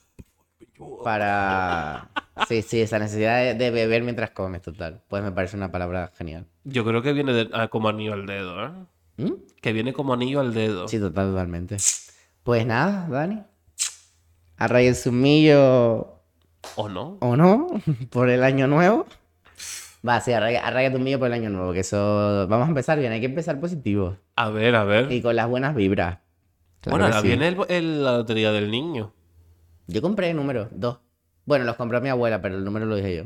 A: Para... Sí, sí, esa necesidad de, de beber mientras comes, total. Pues me parece una palabra genial.
B: Yo creo que viene de- ah, como anillo al dedo, ¿eh?
A: ¿Mm?
B: Que viene como anillo al dedo.
A: Sí, total, totalmente. Pues nada, Dani. A raíz del sumillo...
B: ¿O no?
A: ¿O no? ¿Por el año nuevo? Va, sí, arraiga, arraiga tu mío por el año nuevo, que eso... Vamos a empezar bien, hay que empezar positivo.
B: A ver, a ver.
A: Y con las buenas vibras. Claro
B: bueno,
A: que
B: ahora
A: sí.
B: viene el, el- la lotería del niño.
A: Yo compré números, dos. Bueno, los compró mi abuela, pero el número lo dije yo.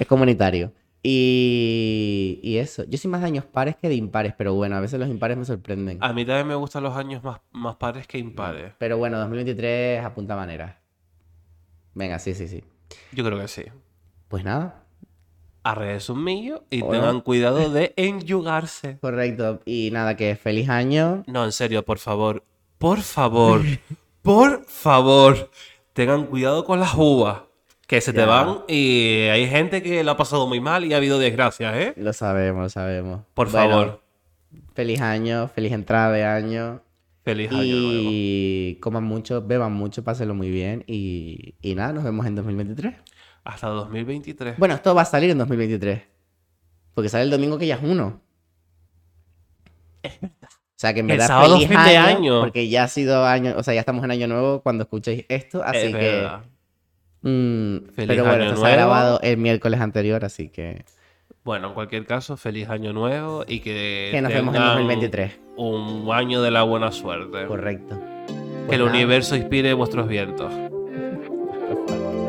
A: es comunitario. Y... y eso. Yo soy más de años pares que de impares, pero bueno, a veces los impares me sorprenden.
B: A mí también me gustan los años más, más pares que impares.
A: Pero bueno, 2023 apunta maneras. Venga, sí, sí, sí.
B: Yo creo que sí.
A: Pues nada,
B: Arre es un millo y
A: Bueno.
B: tengan cuidado de enyugarse.
A: correcto. Y nada, que feliz año.
B: No, en serio, por favor. Por favor. Por favor. Tengan cuidado con las uvas. Que se
A: Ya.
B: te van y hay gente que la ha pasado muy mal y ha habido desgracias, ¿eh?
A: Lo sabemos, lo sabemos.
B: Por
A: Bueno,
B: favor.
A: Feliz año, feliz entrada de año.
B: Feliz año nuevo.
A: Y coman mucho, beban mucho, pásenlo muy bien. Y, y nada, nos vemos en 2023.
B: Hasta 2023.
A: Bueno, esto va a salir en 2023. Porque sale el domingo que ya es uno. O sea que en
B: El
A: verdad
B: sábado
A: feliz
B: es fin de
A: año,
B: año.
A: porque ya ha sido año, o sea, ya estamos en año nuevo cuando escuchéis esto, así
B: es
A: que
B: verdad.
A: mm,
B: Feliz
A: pero bueno,
B: año
A: esto se ha
B: nuevo.
A: grabado el miércoles anterior, así que
B: Bueno, en cualquier caso, feliz año nuevo y que,
A: que nos vemos en
B: tengan
A: 2023,
B: Un año de la buena suerte.
A: correcto. Pues
B: que el
A: nada.
B: universo inspire vuestros vientos.
A: Por favor.